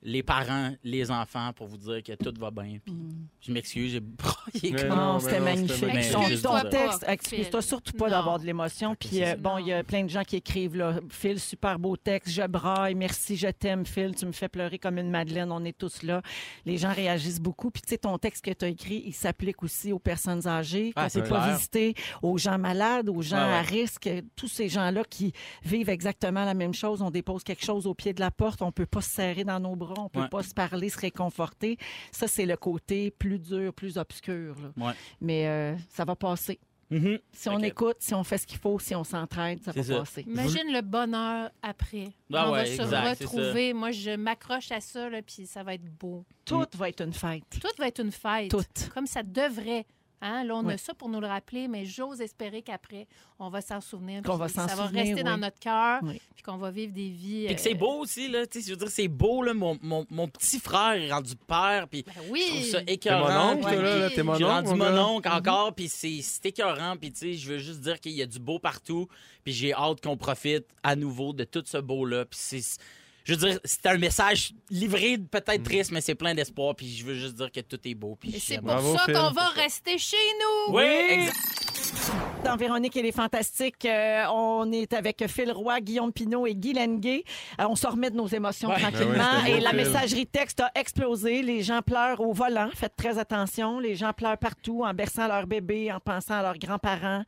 Les parents, les enfants, pour vous dire que tout va bien. Puis Mm. Je m'excuse, j'ai broyé Mais non, comme- mais Ah, c'était non, magnifique. Mais Excuse juste ton ça. texte. Excuse-toi surtout pas d'avoir de l'émotion. Puis euh, bon, il y a plein de gens qui écrivent là. Phil, super beau texte. Je braille. Merci, je t'aime, Phil. Tu me fais pleurer comme une madeleine. On est tous là. Les gens réagissent beaucoup. Puis tu sais, ton texte que tu as écrit, il s'applique aussi aux personnes âgées qu'on Ah, peut c'est pas clair. visiter, aux gens malades, aux gens Ouais, ouais. à risque. Tous ces gens-là qui vivent exactement la même chose. On dépose quelque chose au pied de la porte. On peut pas se serrer dans nos bras. On peut Ouais. pas se parler, se réconforter. Ça, c'est le côté plus dur, plus obscur. là. Ouais. Mais euh, ça va passer. Mhm. Si on écoute, si on fait ce qu'il faut, si on s'entraide, ça va C'est ça. passer. Imagine le bonheur après. Ah on va ouais, se exact, c'est ça. retrouver. Moi, je m'accroche à ça, là, puis ça va être beau. Tout va être une fête. Tout va être une fête. Tout. Comme ça devrait. Hein? Là, on Oui. a ça pour nous le rappeler, mais j'ose espérer qu'après, on va s'en souvenir. Qu'on puis va que s'en Ça va souvenir, rester oui. dans notre cœur, Oui. puis qu'on va vivre des vies. Puis que c'est euh, beau aussi, là. Tu sais, je veux dire, c'est beau, là. Mon, mon, mon petit frère est rendu père, puis ben oui. je trouve ça T'es mon écœurant. oncle, toi, là, là, t'es mon J'ai oncle, rendu mon mon gars. oncle encore, puis c'est c'est écœurant. Puis, tu sais, je veux juste dire qu'il y a du beau partout, puis j'ai hâte qu'on profite à nouveau de tout ce beau-là. Puis c'est... Je veux dire, c'est un message livré, Mm. peut-être triste, mais c'est plein d'espoir. Puis je veux juste dire que tout est beau. Puis Et c'est j'aime. pour ça qu'on va rester chez nous. Oui, exact. Dans Véronique et les Fantastiques, euh, on est avec Phil Roy, Guillaume Pinault et Guy Lenguet. Euh, on se remet de nos émotions Ouais. tranquillement. Ah Ben oui, c'était et beau, la Phil. messagerie texte a explosé. Les gens pleurent au volant. Faites très attention. Les gens pleurent partout en berçant leur bébé, en pensant à leurs grands-parents.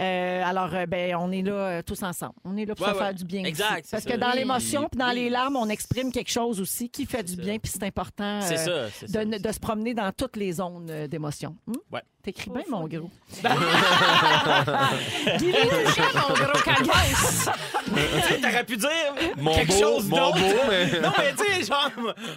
Euh, alors, euh, ben, on est là euh, tous ensemble. On est là pour Ouais, se ouais. faire du bien. Exact, aussi. c'est Parce ça. que dans Oui. l'émotion puis dans les larmes, on exprime quelque chose aussi qui fait du bien, puis c'est important C'est euh, ça, c'est de, ça, ne- de se promener dans toutes les zones euh, d'émotion. Hmm? Ouais. T'écris bien, mon gros. Guy Lenguet, mon gros cagasse. Tu sais, T'aurais pu dire Mon quelque beau, chose mon d'autre. beau, mais- Non, mais tu sais, genre,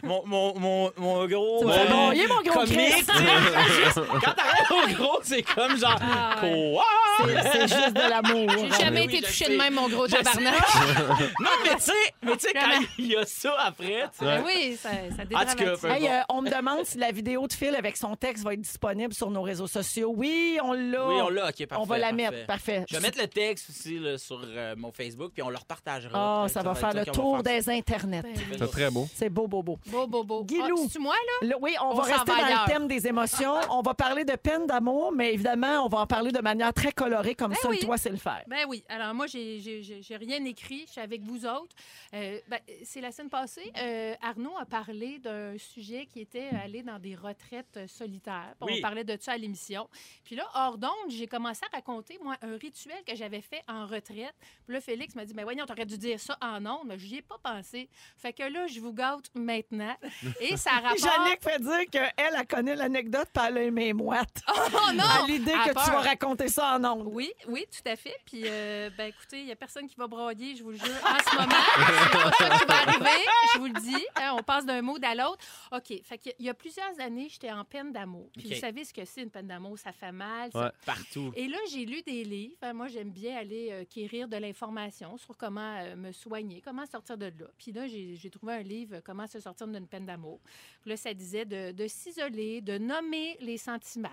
mon, mon, mon, mon gros. Tu me fais broyer, mon gros comique, Chris. tu sais, juste- Quand t'arrêtes au gros, c'est comme genre. Quoi? C'est- c'est juste de l'amour. Ah, J'ai jamais été touché de même, mon gros tabarnak. non, mais tu sais, mais tu sais, quand il y a ça après, tu sais. Ben oui, ça, ça En tout cas, peu Hey, importe. euh, on me demande si la vidéo de Phil avec son texte va être disponible sur nos réseaux sociaux. Oui, on l'a. Oui, on l'a, ok, parfait. On va la parfait. mettre, parfait. Je vais mettre le texte aussi là, sur euh, mon Facebook, puis on le repartagera. Euh, Ah, ça, va être faire ça le qu'on tour va faire. des internets. C'est très beau. C'est beau, beau, beau. Beau, beau, beau. Guilou. c'est moi, là? Le- oui, on, On va s'en rester va dans ailleurs. le thème des émotions. On va parler de peine d'amour, mais évidemment, on va en parler de manière très colorée, comme ça, oui. toi, c'est le faire. Ben oui. Alors moi, j'ai- j'ai j'ai- j'ai rien écrit. Je suis avec vous autres. Euh, ben, C'est la semaine passée. euh, Arnaud a parlé d'un sujet qui était euh, aller dans des retraites euh, solitaires. Puis Oui. On parlait de ça à l'émission. Puis là, hors d'onde, j'ai commencé à raconter, moi, un rituel que j'avais fait en retraite. Puis là, Félix m'a dit, ben voyons, t'aurais dû dire ça en ondes. Mais j'y ai pas pensé. Fait que là, je vous gâte maintenant. Et ça rapporte... Jannick fait dire qu'elle, elle connaît l'anecdote, pas elle a aimé moite. Oh non! À l'idée que Elle a tu vas peur. raconter ça en ondes. Oui, oui, tout à fait. Puis, euh, ben, écoutez, il n'y a personne qui va broyer, je vous le jure, en ce moment. C'est pas ça qui va arriver, je vous le dis. Hein, on passe d'un mot à l'autre. OK, fait qu'il y a- il y a plusieurs années, j'étais en peine d'amour. Puis, OK. vous savez ce que c'est, une peine d'amour, ça fait mal. ça- Ouais, partout. et là, j'ai lu des livres. Hein, Moi, j'aime bien aller euh, quérir de l'information sur comment euh, me soigner, comment sortir de là. Puis là, j'ai j'ai trouvé un livre, euh, Comment se sortir d'une peine d'amour. Puis Là, ça disait de, de s'isoler, de nommer les sentiments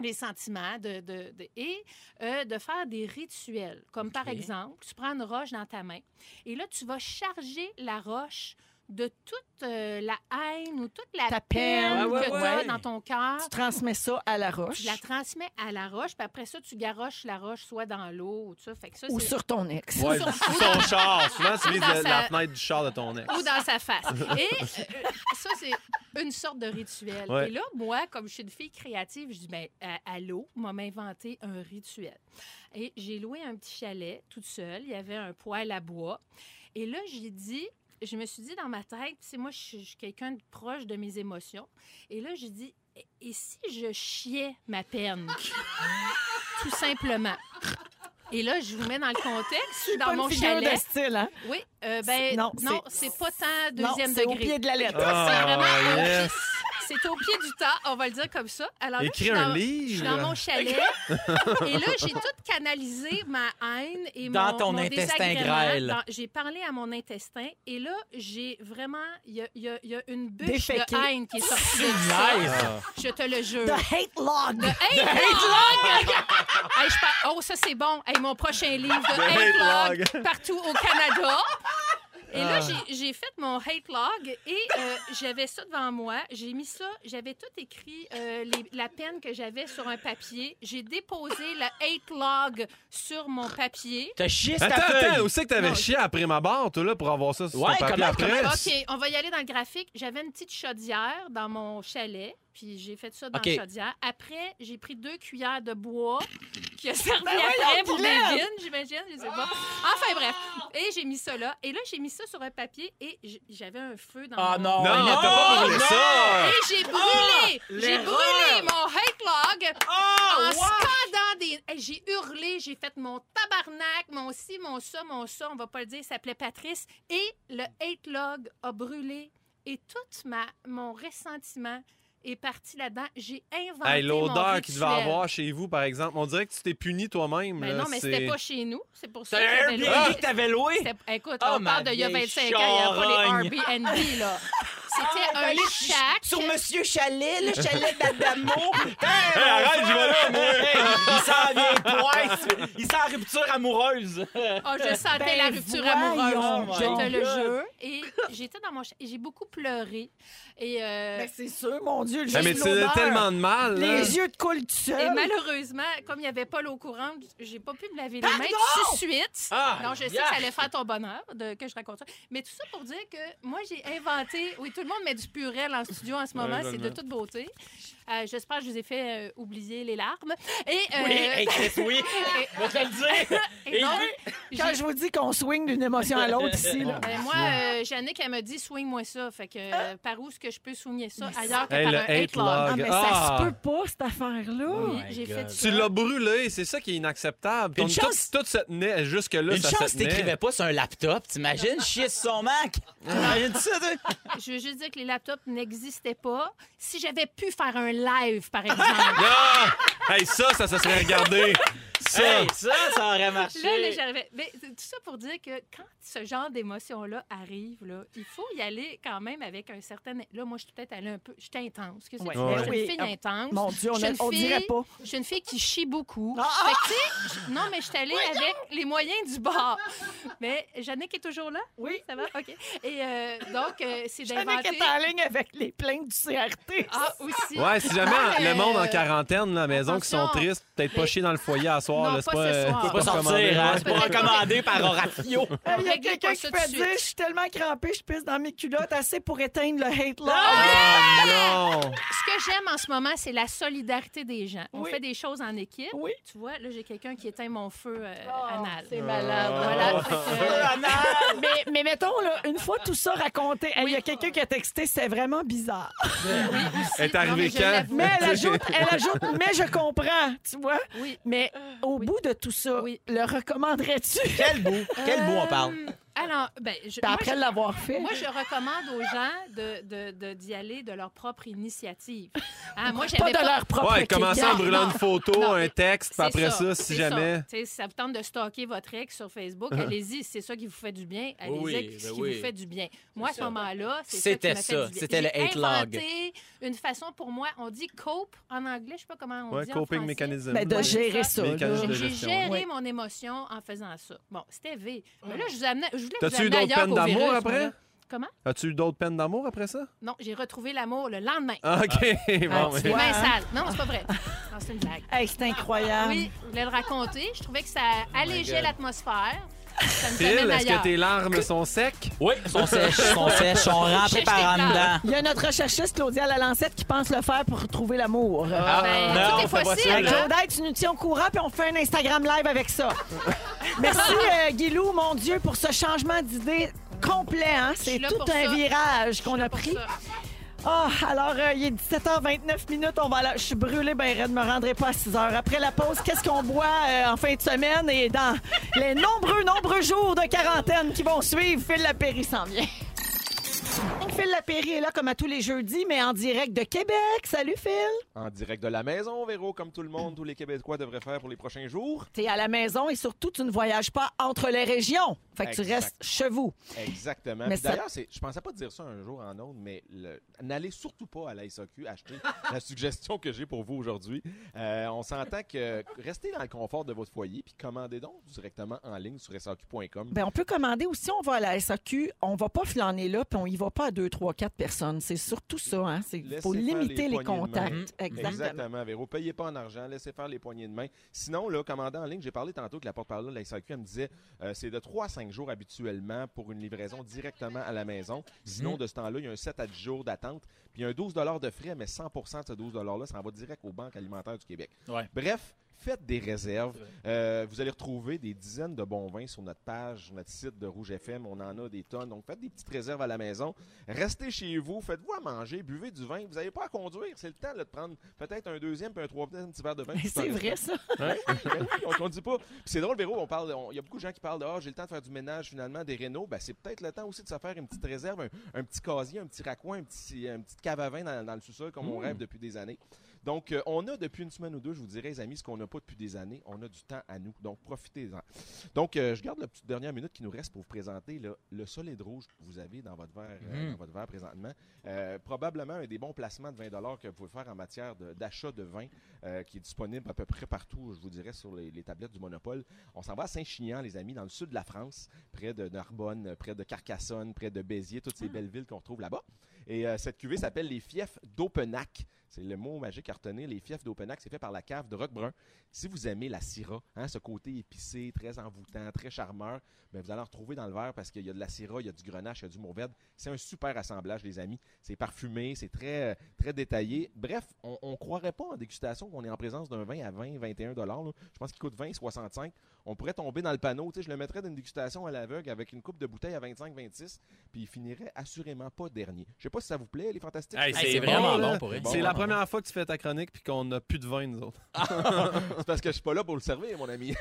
les sentiments de, de- de- et euh, de faire des rituels. Comme par OK. exemple, tu prends une roche dans ta main et là, tu vas charger la roche de toute euh, la haine ou toute la peine, Ta peine. Ouais, ouais, que tu as ouais. dans ton cœur. Tu transmets ça à la roche. Ah! Tu la transmets à la roche, puis après ça, tu garoches la roche soit dans l'eau ou tout ça. Fait que ça, Ou c'est- sur ton ex. Ouais, Ou sur- sous ton char. Souvent, tu Ou vises dans la, sa- la fenêtre du char de ton ex. Ou dans sa face. Et euh, ça, c'est une sorte de rituel. Ouais. Et là, moi, comme je suis une fille créative, je dis, ben, à- allô, moi, m'inventer un rituel. Et j'ai loué un petit chalet toute seule. Il y avait un poêle à bois. Et là, j'ai dit, je me suis dit dans ma tête, tu sais, moi, je suis- je suis quelqu'un de proche de mes émotions. Et là, j'ai dit, et- et si je chiais ma peine? Tout simplement. Et là, je vous mets dans le contexte. Je suis dans pas une mon figure chalet. de style, hein? Oui, euh, C'est- ben, non, non, c'est pas tant deuxième Non, c'est au degré. pied de la lettre. C'est vraiment Ah, au yes. pied- C'est au pied du tas, on va le dire comme ça. Alors là, Écris je suis un dans- livre. Je suis dans mon chalet. et là, j'ai tout canalisé ma haine et Dans mon, ton mon intestin désagrément. grêle. Dans- J'ai parlé à mon intestin et là, j'ai vraiment. Il y a, il y a- il y a une bûche Déféqué. de haine qui est sortie de Nice. ça. Je te le jure. The hate log. The hate The log! Hey, je par- Oh, ça, c'est bon. Hey, mon prochain livre de The hate hate log, partout au Canada. Et Ah. là, j'ai- j'ai fait mon hate log et euh, j'avais ça devant moi. J'ai mis ça, j'avais tout écrit, euh, les- la peine que j'avais sur un papier. J'ai déposé le hate log sur mon papier. T'as chié Attends, attends, où c'est que t'avais chié après ma barre, toi, là, pour avoir ça sur Ouais, ton papier comment- après? OK, on va y aller dans le graphique. J'avais une petite chaudière dans mon chalet, puis j'ai fait ça dans OK. la chaudière. Après, j'ai pris deux cuillères de bois qui a servi Ben après voyons, pour des Guylaine! vignes, j'imagine, je sais pas. Enfin bref, et j'ai mis ça là. Et là, j'ai mis ça sur un papier et j- j'avais un feu dans Ah mon... non, Non, non, t'as pas brûlé non. ça! Et j'ai brûlé, Ah, j'ai l'erreur. Oh, brûlé mon hate log en wow. scandant des... Hey, j'ai hurlé, j'ai fait mon tabarnak, mon ci, mon ça, mon ça, on va pas le dire, il s'appelait Patrice. Et le hate log a brûlé et tout ma... mon ressentiment est parti là-dedans. J'ai inventé Hey, mon L'odeur qu'il devait rituel. avoir chez vous, par exemple, on dirait que tu t'es puni toi-même. Mais là, non, mais c'est- c'était pas chez nous. C'est pour ça C'est que un j'avais Airbnb que t'avais loué? C'était- Écoute, Oh, on ma parle d'il y a vieille 25 ans, il n'y avait pas les charogne. Oh, Airbnb, là. C'était Ah, un ben, lit de je- chac. Sur Monsieur Chalet, le chalet d'Adamo. Hey, arrête, je vais là, moi! il s'en vient poisse! Il sent la rupture amoureuse! Ah, je sentais Ben, la rupture voyons amoureuse, je donc. te le jure. Et j'étais dans mon chat et j'ai beaucoup pleuré. Et euh, c'est sûr, mon Dieu, le Ah, mais tu as tellement de mal. là. Les yeux te coulent tout seul. Et malheureusement, comme il n'y avait pas l'eau courante, j'ai pas pu me laver les mains Pardon? tout de suite. Ah, non, je sais yeah. que ça allait faire ton bonheur de, que je raconte ça. Mais tout ça pour dire que moi, j'ai inventé. Oui, tout le monde met du purel en studio en ce moment, Ouais, c'est de vraiment. toute beauté. Euh, J'espère que je vous ai fait euh, oublier les larmes. Et, euh, Oui, hey, Chris, oui. Et- On va te le dire. Et Et donc, Quand j'ai- je vous dis qu'on swing d'une émotion à l'autre ici, là. ben, moi, euh, Jannick, elle me dit swing-moi ça. Fait que euh, par où est-ce que je peux soigner ça ailleurs que Hey, par le un hate hate log. log? Ah, mais ça Ah. se peut pas, cette affaire-là. Oui, j'ai fait ça. Tu l'as brûlé, c'est ça qui est inacceptable. Une Ton- chance- Tout, tout se tenait jusque-là. Une ça chance se que tenait. t'écrivais pas sur un laptop, t'imagines? Chier sur son Mac! T'imagines ça, toi? Je veux juste dire que les laptops n'existaient pas. Si j'avais pu faire un live, par exemple. Ah! Hey, ça, ça se serait regardé. Ça. Hey, ça, ça aurait marché. Là, là, j'arrivais. Mais c'est tout ça pour dire que quand ce genre d'émotion-là arrive, là, il faut y aller quand même avec un certain. Là, moi, je suis peut-être allée un peu. J'étais intense. Qu'est-ce que Ouais. tu veux? Je Ouais. suis une fille Oui. intense. Mon Dieu, on Je suis a- une on dirait fille- pas. Je suis une fille qui chie beaucoup. Ah, Fait que, tu sais, je- non, mais je suis allée avec les moyens du bord. Mais Jannick est toujours là? Oui. Ça va? OK. Et euh, donc, euh, c'est Jannick d'inventer. est en ligne avec les plaintes du CRT. Ah, aussi. Ouais, si jamais Non, mais, le monde en euh, quarantaine, là, à la maison, qui sont attention. tristes, peut-être pas chier dans le foyer à soir. Non, là, c'est pas pas, ce euh, soir. c'est Faut pas sortir, recommandé, hein, ouais. c'est pas recommandé par Horatio. Ah, Il y a Réglez quelqu'un pas qui ça peut tout de dire suite. Je suis tellement crampée, je pisse dans mes culottes assez pour éteindre le hate log. Oh non! Ce que j'aime en ce moment, c'est la solidarité des gens. On Oui. fait des choses en équipe. Oui. Tu vois, là, j'ai quelqu'un qui éteint mon feu euh, anal. Oh, Euh, C'est malade. Oh. Voilà. Fait que, euh, Mais, mais mettons, là, une fois tout ça raconté, hey, il y a quelqu'un qui a texté, c'est vraiment bizarre. Elle Non, est mais arrivée je quand? l'avoue. Mais elle ajoute, elle ajoute, mais je comprends, tu vois. Oui. Mais au bout de tout ça, le recommanderais-tu? Quel bout? Quel bout on parle? Alors, ben, je, Puis moi, après je- l'avoir fait. Moi, je recommande aux gens de, de, de- d'y aller de leur propre initiative. Hein, moi, Pas j'avais de leur propre Ouais, commencer en Non, brûlant non. une photo, Non, un texte, puis C'est après ça, c'est si jamais. Uh-huh. Tu sais, si ça vous tente de stocker votre ex sur Facebook, allez-y, c'est ça qui vous fait du bien. Allez-y, Oui, avec ce ben qui oui. vous fait du bien. Moi, à ce moment-là, c'est C'était ça. qui ça, m'a fait du bien. c'était le J'ai hate log. inventé une façon pour moi, on dit cope en anglais, je sais pas comment on Ouais, dit. en français. coping Ben, mechanism. Mais de Ouais. gérer ça, là. Mécanisme de J'ai gestion. géré Oui. mon émotion en faisant ça. Bon, c'était V. Mais là, je vous amenais, je voulais vous T'as-tu eu amener d'autres ailleurs peines qu'au d'amour virus, après? moi, là. Comment? As-tu eu d'autres peines d'amour après ça? Non, j'ai retrouvé l'amour le lendemain. Ah, OK. bon, Les mains sales. Non, c'est pas vrai. Non, c'est une blague. Hey, c'est incroyable. Oui, je voulais le raconter. Je trouvais que ça allégeait Oh God. l'atmosphère. Ça me Phil, t'amène est-ce ailleurs. que tes larmes sont secs? Oui, sont sèches, sont sèches, sont rentrées Sèches par en tes dedans. Il y a notre recherchiste Claudia Lalancette qui pense le faire pour retrouver l'amour. Ah, ben, tout est c'est pas possible, ça. hein? Claudette, tu nous tiens au courant puis on fait un Instagram live avec ça. Merci euh, Guilou, mon Dieu, pour ce changement d'idée complet. hein. C'est suis là tout pour un ça. virage qu'on a pour pris. ça. Ah, alors, euh, il est 17h29 minutes. On va là. Je suis brûlée, ben, raide, me rendrai pas à 6h. Après la pause, qu'est-ce qu'on boit euh, en fin de semaine et dans les nombreux, nombreux jours de quarantaine qui vont suivre, Phil Lapéry s'en vient. Phil Lapéry est là comme à tous les jeudis, mais en direct de Québec. Salut Phil! En direct de la maison, Véro, comme tout le monde, tous les Québécois devraient faire pour les prochains jours. T'es à la maison et surtout, tu ne voyages pas entre les régions. Fait que tu Exact. restes chez vous. Exactement. Mais Puis ça- D'ailleurs, c'est- je pensais pas dire ça un jour en ondes, mais le- n'allez surtout pas à la SAQ acheter la suggestion que j'ai pour vous aujourd'hui. Euh, on s'entend que restez dans le confort de votre foyer puis commandez donc directement en ligne sur SAQ.com. Ben, on peut commander aussi, on va à la SAQ, on va pas flâner là, puis on y va pas à 2, 3, 4 personnes. C'est surtout ça, hein. Il Laissez faut faire limiter les, poignées de main. contacts. Mhm. Exactement. Exactement, Véro. Payez pas en argent, laissez faire les poignées de main. Sinon, là, commandant en ligne, j'ai parlé tantôt que la porte-parole de la SAQ, elle me disait euh, c'est de 3 à 5 jours habituellement pour une livraison directement à la maison. Sinon, Mhm. de ce temps-là, il y a un 7 à 10 jours d'attente, puis il y a un 12 de frais, mais 100 de ce 12 $-là, ça en va direct aux banques alimentaires du Québec. Ouais. Bref, faites des réserves. Euh, vous allez retrouver des dizaines de bons vins sur notre page, notre site de Rouge FM. On en a des tonnes. Donc, faites des petites réserves à la maison. Restez chez vous. Faites-vous à manger. Buvez du vin. Vous n'avez pas à conduire. C'est le temps là, de prendre peut-être un deuxième puis un troisième petit verre de vin. c'est vrai, ça. Hein? on ne dit pas. Puis c'est drôle, Véro, on parle. on- Il y a beaucoup de gens qui parlent de Ah, j'ai le temps de faire du ménage finalement, des rénaux. Ben, c'est peut-être le temps aussi de se faire une petite réserve, un, un petit casier, un petit raccoin, un petit, une petite cave à vin dans, dans le sous-sol comme on Mm. rêve depuis des années. Donc, euh, on a depuis une semaine ou deux, je vous dirais, les amis, ce qu'on n'a pas depuis des années. On a du temps à nous. Donc, profitez-en. Donc, euh, je garde la petite dernière minute qui nous reste pour vous présenter là, le solide rouge que vous avez dans votre verre, euh, Mm. dans votre verre présentement. Euh, probablement un des bons placements de 20 que vous pouvez faire en matière de- d'achat de, vin euh, qui est disponible à peu près partout, je vous dirais, sur les, les tablettes du Monopole. On s'en va à Saint-Chinian, les amis, dans le sud de la France, près de Narbonne, euh, près de Carcassonne, près de Béziers, toutes ces belles villes qu'on trouve là-bas. Et euh, cette cuvée s'appelle les fiefs d'Openac. C'est le mot magique à retenir. Les fiefs d'Openac, c'est fait par la cave de Roquebrun. Si vous aimez la syrah, hein, ce côté épicé, très envoûtant, très charmeur, ben vous allez en retrouver dans le verre parce qu'il y a de la syrah, il y a du grenache, il y a du mourvèdre. C'est un super assemblage, les amis. C'est parfumé, c'est très, euh, très détaillé. Bref, on, on croirait pas en dégustation qu'on est en présence d'un vin à 20, 21 dollars. là. Je pense qu'il coûte 20, 65. On pourrait tomber dans le panneau. Tu sais, je le mettrais dans une dégustation à l'aveugle avec une coupe de bouteille à 25, 26, puis il finirait assurément pas dernier. Je sais pas si ça vous plaît, les fantastiques. Hey, bon, là. C'est la première fois que tu fais ta chronique puis qu'on n'a plus de vin, nous autres. c'est parce que je suis pas là pour le servir, mon ami.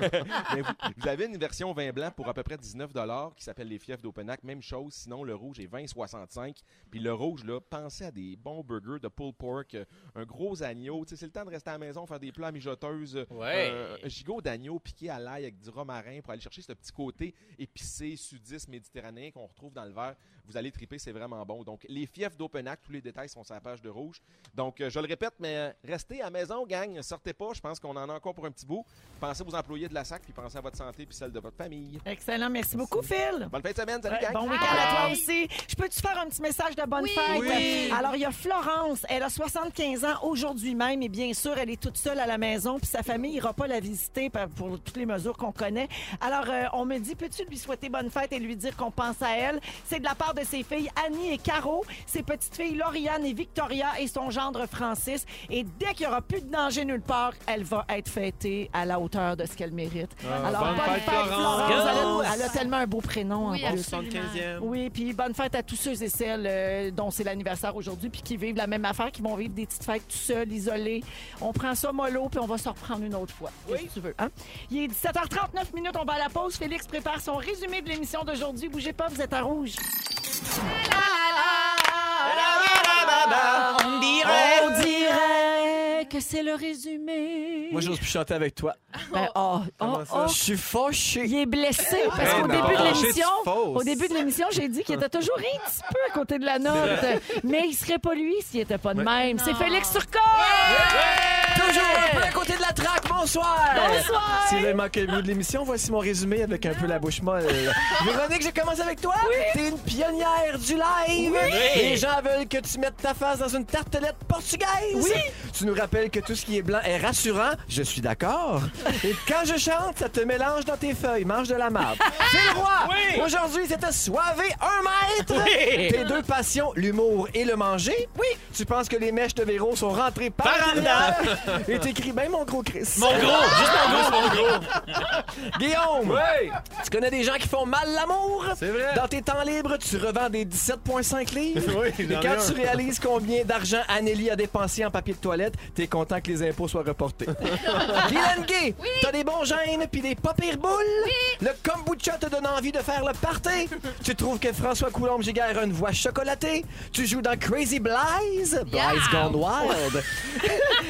Mais vous, vous avez une version vin blanc pour à peu près 19 qui s'appelle les fiefs d'Openac. Même chose, sinon le rouge est 20,65. Puis le rouge, là, pensez à des bons burgers de pulled pork, euh, un gros agneau. Tu sais, C'est le temps de rester à la maison, faire des plats à mijoteuses, euh, Ouais. euh, un gigot d'agneau piqué à l'ail avec du romarin pour aller chercher ce petit côté épicé, sudiste, méditerranéen qu'on retrouve dans le verre. Vous allez triper, c'est vraiment bon. Donc, les fiefs d'Openac, tous les détails sont sur la page de rouge. Donc, euh, je le répète, mais euh, restez à la maison, gang. Sortez pas. Je pense qu'on en a encore pour un petit bout. Pensez aux employés de la SAC, puis pensez à votre santé, puis celle de votre famille. Excellent. Merci, beaucoup, Phil. Bonne fin de semaine. Salut, Ouais, gang. Bon week-end à toi aussi. Je peux-tu faire un petit message de bonne fête? Ah. Oui. Alors, il y a Florence. Elle a 75 ans aujourd'hui même et bien sûr, elle est toute seule à la maison puis sa famille ira pas la visiter par- pour toutes les mesures qu'on connaît. Alors, euh, on me dit, peux-tu lui souhaiter bonne fête et lui dire qu'on pense à elle? C'est de la part de ses filles Annie et Caro, ses petites filles Lauriane et Victoria et son gendre Francis. Et dès qu'il y aura plus de danger nulle part, elle va être fêtée à la hauteur de ce qu'elle mérite. Ah, Alors, bonne bonne, fête, fête, Florence. Florence. Elle a- elle a tellement un beau prénom Oui, en plus. absolument. 75e. Oui, puis bonne fête à tous ceux et celles euh, dont c'est l'anniversaire aujourd'hui, puis qui vivent la même affaire, qui vont vivre des petites fêtes tout seuls, isolés. On prend ça mollo, puis on va se reprendre une autre fois. Oui. tu veux, hein? Il est 17h39 minutes, on va à la pause. Félix prépare son résumé de l'émission d'aujourd'hui. Bougez pas, vous êtes à rouge. On dirait- On dirait que c'est le résumé. Moi, j'ose plus chanter avec toi. Ben, oh, oh, oh. Je suis fâché. Il est blessé parce Ben Eh, qu'au non. début de Fâché, l'émission, tu fausses. au début de l'émission, j'ai dit qu'il était toujours un petit peu à côté de la note, mais il serait pas lui s'il était pas de même. C'est Félix Turcot. Toujours un peu à côté de la traque, bonsoir! Bonsoir! Si vous avez manqué le bout de l'émission, voici mon résumé avec un peu la bouche molle. Véronique, je commence avec toi! T'es une pionnière du live! Oui. Les gens veulent que tu mettes ta face dans une tartelette portugaise! Oui. Tu nous rappelles que tout ce qui est blanc est rassurant, je suis d'accord. Et quand je chante, ça te mélange dans tes feuilles, mange de la marde. C'est le roi! Oui. Aujourd'hui, c'était soivé un mètre! Oui. Tes deux passions, l'humour et le manger? Oui! Tu penses que les mèches de Véro sont rentrées par Par en derrière? dedans. est écrit même mon gros Chris. Mon gros, juste mon gros. Guillaume! Oui! Tu connais des gens qui font mal l'amour? C'est vrai. Dans tes temps libres, tu revends des 17,5 livres. Oui, Et j'en ai quand un. tu réalises combien d'argent Anneli a dépensé en papier de toilette, t'es content que les impôts soient reportés. Guylaine Gay, t'as des bons gènes puis des pas pires boules. Le kombucha te donne envie de faire le party. tu trouves que François Coulombe Giguère a une voix chocolatée. Tu joues dans Crazy Blaze. Blaze Yeah. Gone Wild.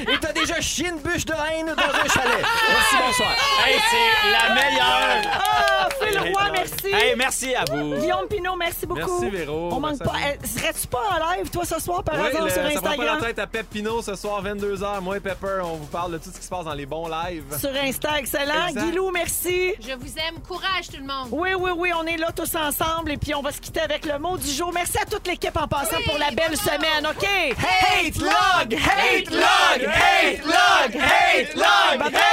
Et t'as déjà chié une bûche de haine dans un chalet. Merci, bonsoir. Hey, c'est la meilleure! Ah, Phil Roy, merci. Hey, merci à vous. Guillaume Pinot, merci beaucoup. Merci, Véro. On manque Merci à pas. Eh, Serais-tu pas en live, toi, ce soir, par Oui, hasard, le- ça sur prend pas la Instagram? tête à Pep Pino ce soir, 22h. Moi et Pepper, on vous parle de tout ce qui se passe dans les bons lives. Sur Insta, excellent. Exact. Guilou, merci. Je vous aime. Courage, tout le monde. Oui, oui, oui, on est là tous ensemble et puis on va se quitter avec le mot du jour. Merci à toute l'équipe en passant pour la belle semaine, OK? Hate log! Hate log! Hate log! Hate log! Bye-bye!